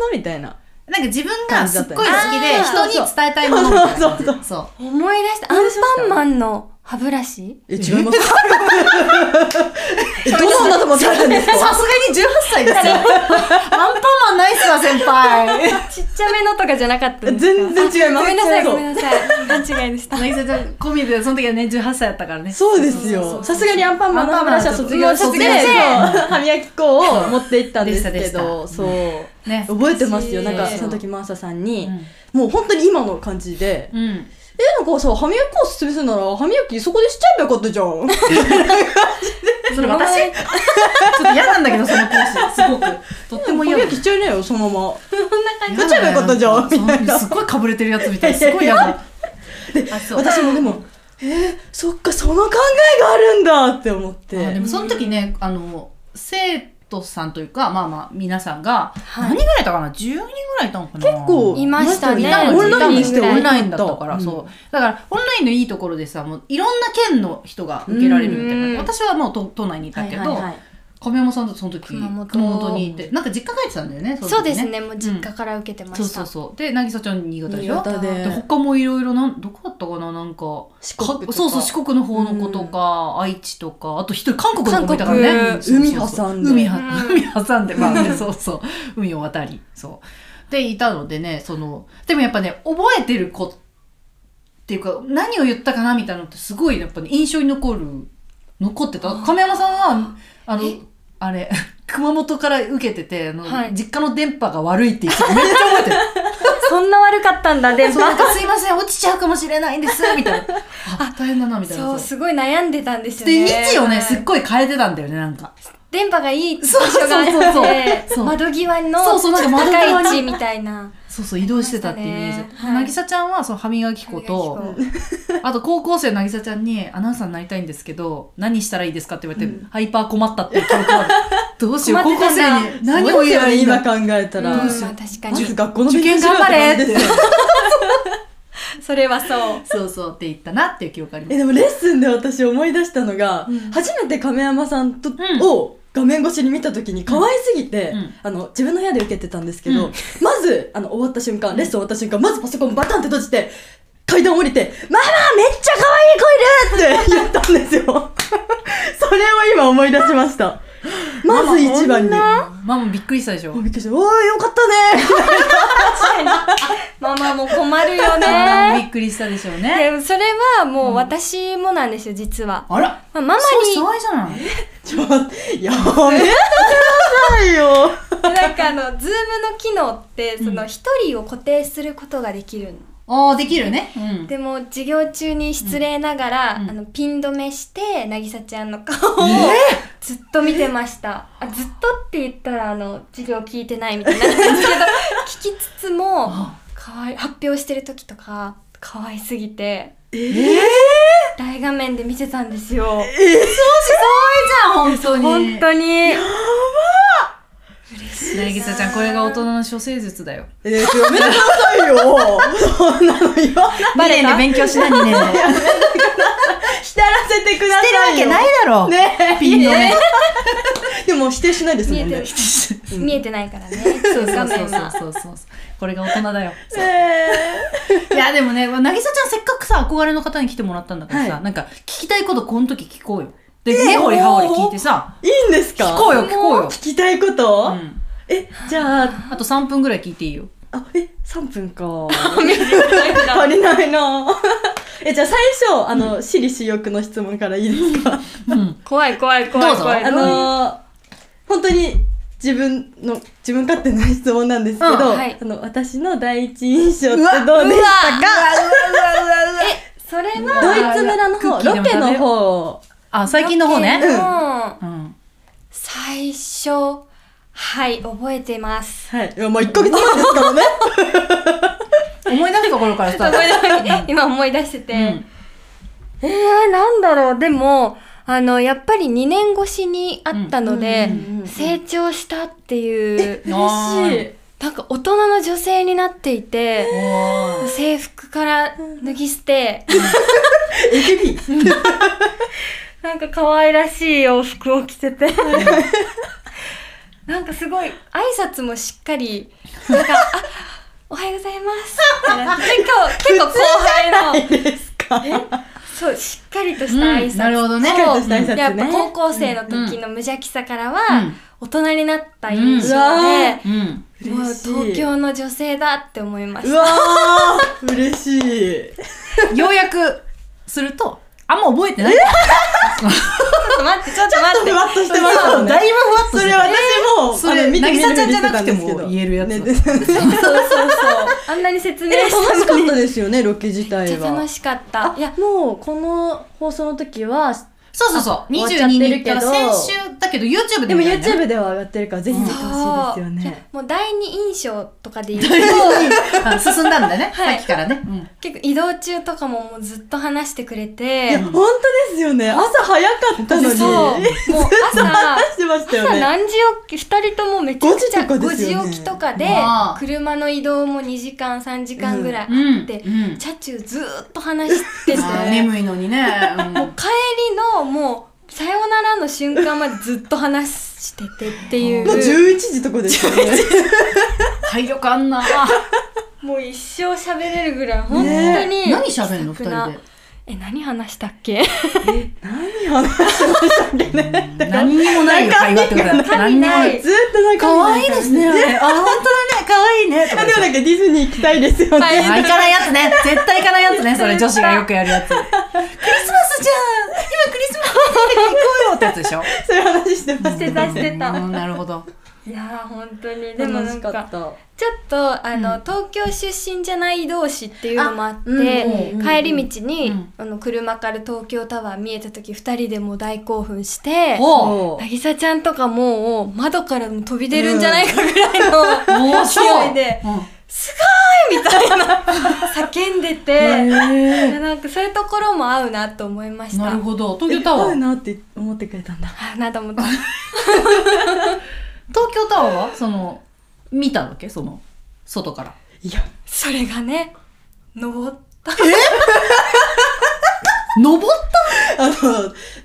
Speaker 4: ものみたいな。
Speaker 1: なんか自分がすっごい好き
Speaker 2: 感じだ
Speaker 1: で、
Speaker 2: った
Speaker 1: 人
Speaker 4: よね
Speaker 1: に伝えたいものみたいな感じ。
Speaker 4: そう
Speaker 1: そうそう。
Speaker 2: 思い出したアンパンマンの歯ブラシ
Speaker 4: え、違います。 え、どの女とも食べてんです
Speaker 1: さすが
Speaker 4: か
Speaker 1: に18歳ですよ。 アンパンマンないっすわ、先輩。
Speaker 2: ちっちゃめのとかじゃなかったん
Speaker 4: 全
Speaker 2: ですか
Speaker 4: 然違いま
Speaker 2: ご
Speaker 4: す。
Speaker 2: めんなさいごめ
Speaker 4: なん
Speaker 2: なさい間違いでした
Speaker 1: なぎさちゃん、込みで、その時はね、18歳だったからね。
Speaker 4: そうですよ。さすがにアンパンマンの話は卒業して、
Speaker 1: 卒業
Speaker 4: そう
Speaker 1: して
Speaker 4: 歯磨き粉を持って行ったんです
Speaker 1: で
Speaker 4: け
Speaker 1: したで
Speaker 4: ど、
Speaker 1: した
Speaker 4: そう。
Speaker 1: ね。
Speaker 4: 覚えてますよ。なんか、
Speaker 1: そう
Speaker 4: その時マーサさんに、
Speaker 1: う
Speaker 4: もう本当に今の感じで、
Speaker 1: ん。うん
Speaker 4: え、なんかさ、歯磨き粉を勧めするなら、歯磨きそこでしちゃえばよかったじゃん。
Speaker 1: それ私ちょっと嫌なんだけど、その講師。すごく。とっても
Speaker 4: 歯
Speaker 1: 嫌
Speaker 4: 磨きしちゃいなよ、そのまま。
Speaker 1: 嫌
Speaker 4: ぶっちゃえばよかったじゃん
Speaker 1: だよ
Speaker 4: みたいな
Speaker 1: そのすっごいかぶれてるやつみたい。すごい嫌だ。あ、そう。
Speaker 4: 私 もでも、えー、そっか、その考えがあるんだって思って。
Speaker 1: あでもその時ねあの生徒さんというかまあまあ皆さんが、
Speaker 2: はい
Speaker 1: 何人ぐらいいたかな10人ぐらいいたのかな
Speaker 4: 結構
Speaker 2: いましたね
Speaker 1: いたの
Speaker 4: オンラインにして
Speaker 2: いた
Speaker 1: オ
Speaker 2: の
Speaker 1: ンラインだったから、
Speaker 4: うん
Speaker 1: そうだからオンラインのいいところでさもういろんな県の人が受けられるみたいな、
Speaker 2: うん
Speaker 1: 私はもう都都内にいたけど、
Speaker 4: い、
Speaker 1: 亀山さんとその時
Speaker 2: 熊
Speaker 1: 熊
Speaker 2: 本
Speaker 1: 本にいてなんか実家帰ってたんだよね
Speaker 2: そう
Speaker 1: の時
Speaker 2: ですねもう実家から受けてま
Speaker 1: そう
Speaker 2: し
Speaker 1: そ
Speaker 2: た
Speaker 1: うそうで渚ちゃん新潟でし
Speaker 4: 新
Speaker 1: ょ
Speaker 4: 潟で
Speaker 1: で他もいろいろなんどこだったかななんか
Speaker 4: 四国とか
Speaker 1: そうそう四国の方の子とか、愛知とかあと一人韓国の子もいたから
Speaker 2: 韓
Speaker 1: ね
Speaker 4: 国
Speaker 1: うんそうそうそう
Speaker 4: 海挟んで
Speaker 1: 海
Speaker 2: う
Speaker 1: は海挟んでまあねそうそう海を渡りそうでいたのでねそのでもやっぱね覚えてる子っていうか何を言ったかなみたいなのってすごいやっぱ、ね、印象に残る残ってた亀山さんはあの
Speaker 2: え
Speaker 1: あれ熊本から受けててあの、
Speaker 2: はい
Speaker 1: 実家の電波が悪いって言ってためっちゃ覚えてる
Speaker 2: そんな悪かったんだで
Speaker 1: そうなんかすいません落ちちゃうかもしれないん ですみたいなあ大変だなみたいな
Speaker 2: そう
Speaker 1: そ
Speaker 2: すごい悩んでたんです
Speaker 1: う
Speaker 2: よ
Speaker 1: で
Speaker 2: ね
Speaker 1: 位置をねす
Speaker 2: は
Speaker 1: っ
Speaker 2: い
Speaker 1: ごい変えてたんだよねなんか
Speaker 2: 電波がいいって場
Speaker 1: そう
Speaker 2: 所
Speaker 1: そう
Speaker 2: があ
Speaker 1: そうそう
Speaker 2: って
Speaker 1: そう
Speaker 2: 窓際の
Speaker 1: そうそうなんか窓
Speaker 2: 高い
Speaker 1: 際
Speaker 2: 位
Speaker 1: に
Speaker 2: 置みたいな
Speaker 1: そうそう移動してたっていうイメ
Speaker 2: あり
Speaker 1: ー
Speaker 2: まし
Speaker 1: ジ、
Speaker 2: たねはい
Speaker 1: 渚ちゃんはその歯磨き粉と
Speaker 2: 歯磨
Speaker 1: あと高校生の渚ちゃんに「アナウンサーになりたいんですけど何したらいいですか?」って言われて、ハイパー困ったっていう記憶がある どうしよう
Speaker 2: 困
Speaker 1: 高
Speaker 2: ってた
Speaker 1: 校
Speaker 2: んだ
Speaker 1: 生に
Speaker 4: 何
Speaker 1: 何
Speaker 4: を
Speaker 1: を言
Speaker 4: 言
Speaker 1: え
Speaker 4: えば
Speaker 1: ばい
Speaker 4: い
Speaker 1: い
Speaker 4: い
Speaker 1: ん
Speaker 4: 今
Speaker 1: だ
Speaker 4: 考えたら、
Speaker 2: うんまあ
Speaker 4: ま
Speaker 2: 確か
Speaker 4: あ
Speaker 2: に
Speaker 4: 学校の
Speaker 1: 受験頑張れっ
Speaker 4: 勉強しろ
Speaker 1: て
Speaker 4: よって感じですよ
Speaker 2: それはそう
Speaker 1: そうそうって言ったなっていう記憶あります
Speaker 4: えでもレッスンで私思い出したのが、
Speaker 2: うん
Speaker 4: 初めて亀山さんと、
Speaker 1: ん
Speaker 4: を画面越しに見た時に可愛すぎて、
Speaker 1: うん
Speaker 4: あの自分の部屋で受けてたんですけど、
Speaker 1: うん
Speaker 4: まずあの終わった瞬間レッスン終わった瞬間まずパソコンバタンって閉じて階段降りて「ママめっちゃ可愛い 子いる!」って言ったんですよ それを今思い出しましたまず一番に
Speaker 1: ママびっくりしたでしょ
Speaker 4: おびっくりした。おーよかったね
Speaker 2: ママも困るよ
Speaker 1: ママもび
Speaker 2: ね
Speaker 1: っくりしたでしょうね
Speaker 2: でもそれはもう私もなんですよ実は、
Speaker 1: あら
Speaker 2: まあ、ママ
Speaker 1: そう
Speaker 2: に
Speaker 1: そうじゃない
Speaker 4: ちょっと待って、やめなさいよ。
Speaker 2: なんかあのズームの機能ってそうの
Speaker 1: ん
Speaker 2: 一人を固定することができるの、
Speaker 1: ああできるね、うん、
Speaker 2: でも授業中に失礼ながら、
Speaker 1: うん
Speaker 2: あのピン止めして渚ちゃんの顔をずっと見てました、あずっとって言ったらあの授業聞いてないみたいになるんです けど聞きつつも
Speaker 1: あ
Speaker 2: かわい発表してる時とか可愛すぎて
Speaker 4: えー、
Speaker 2: 大画面で見てたんですよ
Speaker 1: そうじゃん本当に
Speaker 2: 本当に
Speaker 1: なぎさちゃんこれが大人の処世術だよ
Speaker 4: えー、ちょやめなさいよ。そんなの言わない。
Speaker 1: バレエで勉強しない2年でし
Speaker 4: 浸らせてください
Speaker 1: て
Speaker 4: よ。
Speaker 1: るわけないだろ
Speaker 4: ね
Speaker 1: ピンのね
Speaker 4: でも否定しないですもん
Speaker 2: 見え
Speaker 4: ね
Speaker 2: て。
Speaker 1: そう
Speaker 2: 見えてないからね
Speaker 1: そう
Speaker 2: 画
Speaker 1: そう
Speaker 2: 面は
Speaker 1: そうそうそうこれが大人だよ
Speaker 4: え
Speaker 1: いやでもねなぎさちゃんせっかくさ憧れの方に来てもらったんだからさ、
Speaker 4: はい
Speaker 1: なんか聞きたいことこの時聞こうよで根掘り葉掘り聞いてさ
Speaker 4: ー、いいんですか
Speaker 1: 聞こうよ聞こうよ
Speaker 4: 聞、きたいこと、
Speaker 1: うん、
Speaker 4: え、じゃあ、
Speaker 1: あと3分ぐらい聞いていいよ
Speaker 4: あ、え、3分か。足りないな。え、じゃあ最初、あの、私利私欲の質問からいいですか
Speaker 1: うん
Speaker 2: 怖い怖い怖
Speaker 1: ど
Speaker 2: いう
Speaker 1: ぞ
Speaker 2: 怖い
Speaker 4: あのー本当に自分の自分勝手な質問なんですけど、
Speaker 1: うん
Speaker 2: はい
Speaker 4: あの私の第一印象ってどうでしたか
Speaker 2: えそれは
Speaker 1: うわうわうわ
Speaker 4: ドイツ村の
Speaker 1: クッ
Speaker 4: 方
Speaker 1: キーで
Speaker 4: ロ
Speaker 1: も食
Speaker 4: ケ
Speaker 1: べよう
Speaker 4: の方
Speaker 1: あ最近の方
Speaker 2: ロケ
Speaker 1: ね
Speaker 2: の
Speaker 1: うん
Speaker 2: 最最初はい覚えてます
Speaker 4: はい。いや、まあ、1ヶ月前ですからね。
Speaker 1: 思い出すところからスタート。
Speaker 2: 今思い出してて、
Speaker 1: うん
Speaker 2: えー、なんだろうでもあのやっぱり2年越しにあったので、
Speaker 4: うんうんうんうん
Speaker 2: 成長したっていう
Speaker 1: 嬉しい
Speaker 2: なんか大人の女性になっていて
Speaker 1: おー
Speaker 2: 制服から脱ぎ捨て
Speaker 4: AKB。
Speaker 2: なんか可愛らしい洋服を着ててなんかすごい挨拶もしっかりなんか「あおはようございます」ってなって結構結構後輩の
Speaker 4: いいですか。
Speaker 2: そうしっかりとした挨拶、
Speaker 1: うんなるほどね
Speaker 2: そう
Speaker 1: しっか
Speaker 4: りとした挨拶ね
Speaker 2: やっぱ高校生の時の無邪気さからは、
Speaker 1: うん
Speaker 2: 大人になった印象
Speaker 4: うんうわ
Speaker 2: で、
Speaker 1: うん。
Speaker 2: もう
Speaker 4: 嬉しい
Speaker 2: 東京の女性だって思いまし
Speaker 4: う
Speaker 2: た
Speaker 4: わー、嬉しい。
Speaker 1: ようやくすると、あんま覚えてない。
Speaker 2: ちょっと待ってちょっと待って
Speaker 4: ふわっとしてますよね。
Speaker 1: だいぶふわっと
Speaker 4: そ
Speaker 1: して
Speaker 4: れ
Speaker 1: た
Speaker 4: 私も、
Speaker 1: それ
Speaker 4: あの見て見
Speaker 1: 渚
Speaker 4: ぬ
Speaker 1: ちゃん
Speaker 4: ふり
Speaker 1: じゃ
Speaker 4: して
Speaker 1: な
Speaker 4: た
Speaker 1: く
Speaker 4: ん
Speaker 1: て
Speaker 4: ですけど
Speaker 1: も言えるやつだ
Speaker 4: ねで
Speaker 2: そうそうそうあんなに説明
Speaker 4: え
Speaker 2: した
Speaker 4: 楽しかったですよね、ロケ自
Speaker 2: めっ
Speaker 4: 体
Speaker 2: ちゃ楽
Speaker 4: は。
Speaker 2: しかっ
Speaker 4: あ
Speaker 2: たいや
Speaker 4: もうこの放送の時は、
Speaker 1: そうそうそう。
Speaker 4: 終わっちゃって
Speaker 1: 22
Speaker 4: る
Speaker 1: 日
Speaker 4: け
Speaker 1: か
Speaker 4: ど
Speaker 1: ら先週だけど YouTube
Speaker 4: で
Speaker 1: で
Speaker 4: も
Speaker 1: 見れるんだよね
Speaker 4: YouTube では上がってるから、ぜひ見てほしいです
Speaker 2: い
Speaker 4: よ
Speaker 2: や
Speaker 4: ね。
Speaker 2: もう第二印象とかで言うと
Speaker 1: あ進んだんだね。
Speaker 2: は
Speaker 1: さ
Speaker 2: い
Speaker 1: っきからね。うん
Speaker 2: 結構移動中とかももうずっと話してくれ
Speaker 4: い
Speaker 2: て
Speaker 4: や、本当ですよね。朝早かったのに。
Speaker 2: そうもう朝
Speaker 4: 話してましたよ
Speaker 2: 朝
Speaker 4: ね。
Speaker 2: 何時起き2人ともめちゃくちゃ
Speaker 4: 5時とかですよね
Speaker 2: 5時起きとかで
Speaker 1: まあ
Speaker 2: 車の移動も2時間3時間ぐらいあ
Speaker 1: うん。
Speaker 2: って、
Speaker 1: うん
Speaker 2: 車中ずーっと話してて、
Speaker 1: あー眠いのにね。うん
Speaker 2: 帰りのもうさよならの瞬間までずっと話しててってい
Speaker 4: もう
Speaker 2: う
Speaker 4: 11時とかですよね。
Speaker 1: 体力あん な。
Speaker 2: もう一生喋れるぐらい本当に、
Speaker 1: ね何喋んの
Speaker 2: 気
Speaker 1: 二
Speaker 2: さくな
Speaker 1: 人で。
Speaker 2: え何話したっけ
Speaker 4: 何話してましたっけね。
Speaker 1: 何にもないよ、会話ってことだ。
Speaker 2: 中身
Speaker 1: 何にも
Speaker 2: な
Speaker 1: ないい。
Speaker 4: ずっとなんか。
Speaker 1: 可愛いですね。あれ、あ、本当だね。可愛いね。と
Speaker 4: あ
Speaker 1: か
Speaker 4: でもなんかディズニー行きたいですよね。
Speaker 2: はい
Speaker 1: あ行かないやつ ね。絶対行かないやつね。それ女子がよくやるやつ。クリスマスじゃん今クリスマスだから行こうよってやつでしょ
Speaker 4: そういう話してま
Speaker 2: し
Speaker 4: し
Speaker 2: たて
Speaker 4: よ
Speaker 2: た
Speaker 4: ね。
Speaker 2: してた
Speaker 1: うんなるほど。
Speaker 2: いやー本当にでもなんか
Speaker 4: た。
Speaker 2: ちょっとあの、
Speaker 1: うん
Speaker 2: 東京出身じゃない同士っていうのもあって、
Speaker 4: うんうんうん
Speaker 2: 帰り道に、
Speaker 1: うん
Speaker 2: あの車から東京タワー見えた時2人でもう大興奮して
Speaker 1: おう
Speaker 2: 渚ちゃんとかもう窓からも飛び出るんじゃないかぐらいの、
Speaker 1: おう、
Speaker 2: 勢いで
Speaker 1: うん
Speaker 2: みたいな叫んでて、
Speaker 4: へ
Speaker 2: でなんかそういうところも合うなと思いました
Speaker 1: なるほど。東京タ
Speaker 4: 可
Speaker 1: ワ
Speaker 4: 愛い
Speaker 1: ー。
Speaker 4: なって思ってくれたんだ。
Speaker 2: あなんと思った
Speaker 1: 東京タワーはその、見たわけその、外から。
Speaker 4: いや、
Speaker 2: それがね登った
Speaker 1: 登った
Speaker 4: あの、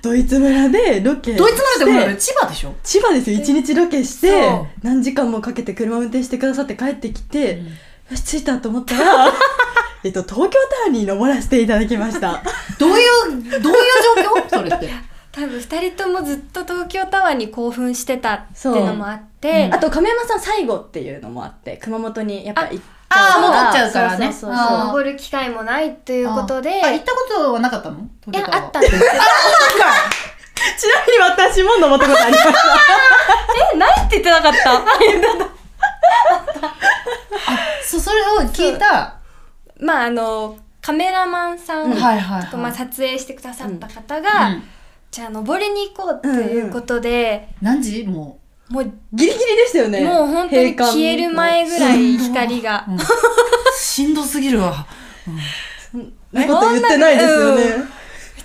Speaker 4: ドイツ村でロケして。
Speaker 1: ドイツまでってこと千葉でしょ
Speaker 4: 千葉ですよ、一日ロケして
Speaker 1: そう、
Speaker 4: 何時間もかけて車運転してくださって帰ってきて、よし、着いたと思った ら、えっと、東京タワーに登らせていただきました。
Speaker 1: どういう、どういう 状況それって。
Speaker 2: 多分2人ともずっと東京タワーに興奮してたっていうのもあって、
Speaker 1: うん
Speaker 4: あと、亀山さん最後っていうのもあって、熊本にやっぱ行っち
Speaker 1: ああ、戻
Speaker 4: ら
Speaker 1: っちゃうからね。
Speaker 4: そうそうそうそう
Speaker 1: あー
Speaker 2: 登る機会もないということで
Speaker 1: あ行ったことはなかったの
Speaker 2: いや、あったん
Speaker 1: え、
Speaker 2: ですけど。
Speaker 4: ちなみに私も登ったことありました。
Speaker 2: え、ないって言ってなか った。
Speaker 1: そう、それを聞いた。
Speaker 2: まあ、あの、カメラマンさん
Speaker 4: うん
Speaker 2: と、
Speaker 1: いはい
Speaker 2: まあ、
Speaker 1: さ
Speaker 2: 撮影してくださった方が、じゃあ、登りに行こうということで、
Speaker 1: 何時も
Speaker 2: もう、
Speaker 4: ギリギリでしたよね。
Speaker 2: もう本当に消える前ぐらい光が。
Speaker 1: う。うんしんどすぎるわ。
Speaker 4: なこと言ってないですよね。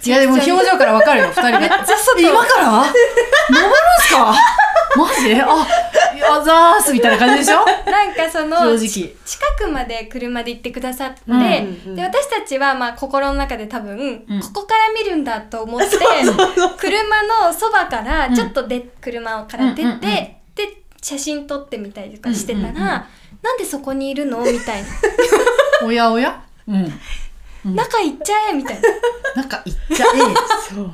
Speaker 1: いやでも表情からわかるよ、二人で。
Speaker 2: ちゃ外
Speaker 1: 今から登るんすかマジあ、いやざーすみたいな感じでしょ
Speaker 2: なんかその、
Speaker 1: 正
Speaker 2: 近くまで車で行ってくださって、
Speaker 1: うん
Speaker 4: うんうん
Speaker 2: で私たちはまあ心の中で多分、
Speaker 1: うん
Speaker 2: ここから見るんだと 思って車のそばからちょっとで、車から出て、
Speaker 1: うんうんうん
Speaker 2: で写真撮ってみたりとかしてたら、
Speaker 1: うんうんうん
Speaker 2: なんでそこにいるのみたいな
Speaker 1: 直。おやおやうん。うん
Speaker 2: 中行っちゃえみたい な
Speaker 1: なんか行っちゃえ。
Speaker 4: そう。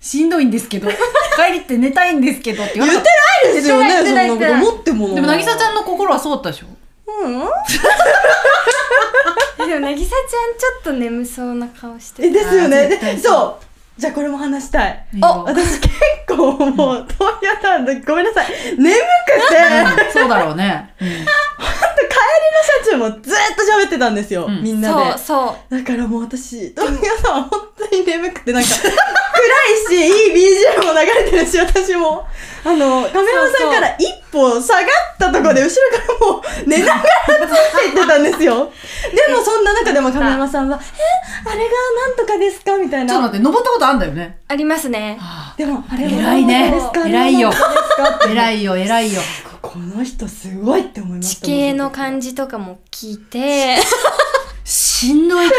Speaker 1: しんどいんですけど。帰りって寝たいんですけどって言われた。
Speaker 4: ないですよね、
Speaker 2: 言
Speaker 4: そ
Speaker 2: って
Speaker 4: ん
Speaker 2: ない
Speaker 4: なこと
Speaker 2: 言ってない
Speaker 4: 思ってもな
Speaker 1: でも、なぎさちゃん
Speaker 4: ん。
Speaker 1: の心はそうだったでしょ
Speaker 4: うん
Speaker 2: でも渚ちゃんちょっと眠そうな顔して
Speaker 4: え、
Speaker 2: て
Speaker 4: ですよ
Speaker 1: あー絶
Speaker 4: ね。
Speaker 1: 対
Speaker 4: そう。じゃあこれも話したい。
Speaker 1: お
Speaker 4: 私結構もう、東京タワーの時ごめんなさい。眠くて、
Speaker 1: うんそうだろうね。
Speaker 4: 帰りの車中もずっと喋ってたんですよ、
Speaker 1: うん
Speaker 4: みんな
Speaker 2: そう
Speaker 4: で。
Speaker 2: そう
Speaker 4: だからもう私、東京タ ワー本当に眠くて、なんか、暗いし、いい BGM も流れてるし、私も。あの、亀山さんから一歩下がったところで、後ろからもう寝ながらついていってたんです よ。でもそんな中でも亀山さんは、え、あれがなんとかですかみたい
Speaker 1: ちょっと
Speaker 4: な。
Speaker 1: 待って、登ったことあんだよね。
Speaker 2: ありますね。
Speaker 4: でも、あれは
Speaker 1: 偉い
Speaker 4: な
Speaker 1: ね
Speaker 4: んとかですか。
Speaker 1: 偉いよ
Speaker 4: なんとかですかって
Speaker 1: 偉いよ、偉いよ。
Speaker 4: この人すごいって思いまし
Speaker 2: 地
Speaker 4: た。
Speaker 2: 形の感じとかも聞いて、
Speaker 1: しんどいって。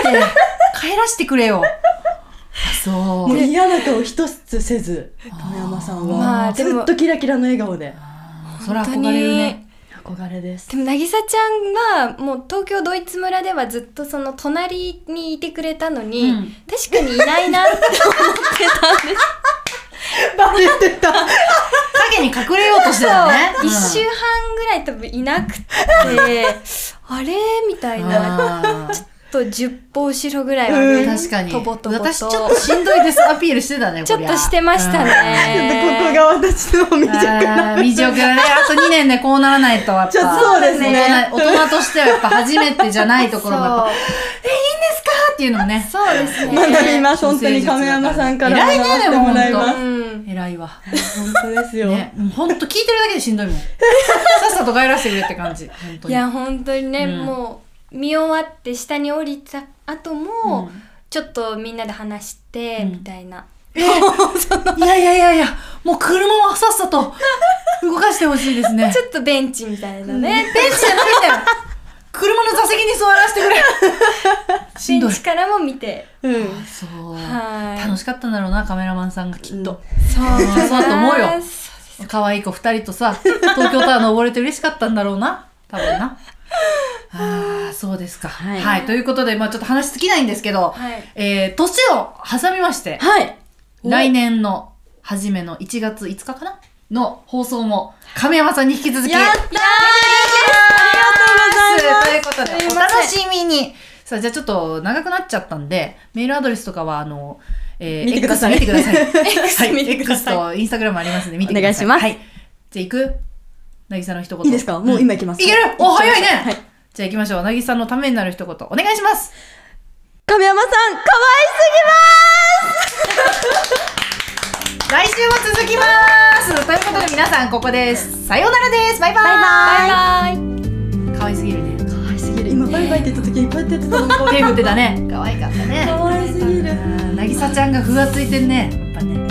Speaker 1: 帰らしてくれ よ。あ、そ
Speaker 4: もう
Speaker 1: う。
Speaker 4: 嫌な顔一つせず、亀山さんは、
Speaker 2: まあで
Speaker 4: ず
Speaker 2: も
Speaker 4: っとキラキラの笑顔で。
Speaker 1: それ憧れるね。
Speaker 4: 憧れ です。
Speaker 2: でも渚ちゃんはもう東京ドイツ村ではずっとその隣にいてくれたのに、
Speaker 1: うん
Speaker 2: 確かにいないなって思ってたんです
Speaker 4: バレてた。
Speaker 1: 影に隠れようとしてたね。
Speaker 2: そう
Speaker 1: うん
Speaker 2: 一週半ぐらい多分いなくて、 あれみたいな。
Speaker 1: あー
Speaker 2: ちょっと10歩後ろぐらいはね、
Speaker 4: うん
Speaker 1: 確かに。
Speaker 2: とぼとぼと。
Speaker 1: 私ちょっとしんどいですアピールしてたね、こりゃ
Speaker 2: ちょっとしてました。
Speaker 4: ちょっと
Speaker 2: ね。
Speaker 4: ここが私の
Speaker 1: うん
Speaker 4: 未熟な。
Speaker 1: あー未熟 だね。あと2年でこうならないと、やっぱ。
Speaker 4: ちょっとそうですね
Speaker 1: 大人大人としてはやっぱ初めてじゃないところもやっぱ、っていうのもね。
Speaker 2: そうそうですね。
Speaker 4: 学びます。本当に亀山さんから
Speaker 1: 偉いね
Speaker 4: 学ばせてもらいま
Speaker 1: でも
Speaker 4: す。
Speaker 2: うん。
Speaker 1: 偉いわ。
Speaker 4: 本当ですよ。
Speaker 1: ね、もうほんと聞いてるだけでしん どいもん。さっさと帰らせてくれって感じ。本当
Speaker 2: い
Speaker 1: に。
Speaker 2: や、本当にね、
Speaker 1: うん
Speaker 2: もう、見終わって下に降りた後
Speaker 1: うん
Speaker 2: も、ちょっとみんなで話して、
Speaker 1: うん
Speaker 2: みたいな。
Speaker 1: ええいやいやいやいや、もう車をさっさと動かしてほしいですね。
Speaker 2: ちょっとベンチみたいなね。
Speaker 1: ベンチじゃないんだよ。車の座席に座らせてくれ。しん
Speaker 2: ベ
Speaker 1: ど
Speaker 2: ン
Speaker 1: い。
Speaker 2: チからも見て。
Speaker 4: うん。
Speaker 1: そう。
Speaker 2: はい
Speaker 1: 楽。しかったんだろうな、カメラマンさんがきっと。
Speaker 2: そう
Speaker 1: そうだと思うよ
Speaker 2: そう
Speaker 1: 可愛い子二人とさ、東京タワー登れて嬉しかったんだろうな。多分な。ああ、そうですか。は、
Speaker 4: はいい
Speaker 1: ということで、まあちょっと話尽きないんですけど、
Speaker 2: はい
Speaker 1: えー、年を挟みまして、
Speaker 4: はい。お
Speaker 1: 来年の初めの1月5日かなの放送も、亀山さんに引き続き、
Speaker 4: やったーありがとうございます。
Speaker 1: ということ
Speaker 2: す
Speaker 1: で、
Speaker 2: い
Speaker 1: お
Speaker 2: ません
Speaker 1: 楽しみに。さあ、じゃあちょっと長くなっちゃったんで、メールアドレスとかは、あの、えー、
Speaker 4: 見てください
Speaker 1: X 見てください。
Speaker 4: X
Speaker 1: はい
Speaker 4: 見てください
Speaker 1: X とインスタグラムありますんで、見てください。
Speaker 4: お願いします
Speaker 1: はい。じゃあ行くなぎさの一言。
Speaker 4: いいですかもう今行きます。
Speaker 1: いけるお、早いね、
Speaker 4: はい
Speaker 1: じゃあ行きましょう。なぎさのためになる一言、お願いします
Speaker 4: 亀山さん、可
Speaker 1: 来
Speaker 4: 愛
Speaker 1: 週も続きますということで皆さん、ここです。さようならですバイバイ
Speaker 2: バイバイ。
Speaker 1: イ可愛すぎるね。
Speaker 4: すぎます可愛すぎる。今、バイバイって言った時、こうやってやってたの
Speaker 1: 手振ってたね。可愛かったね。
Speaker 4: 可愛すぎる。
Speaker 1: なぎさちゃんがふわついてんね。やっぱね。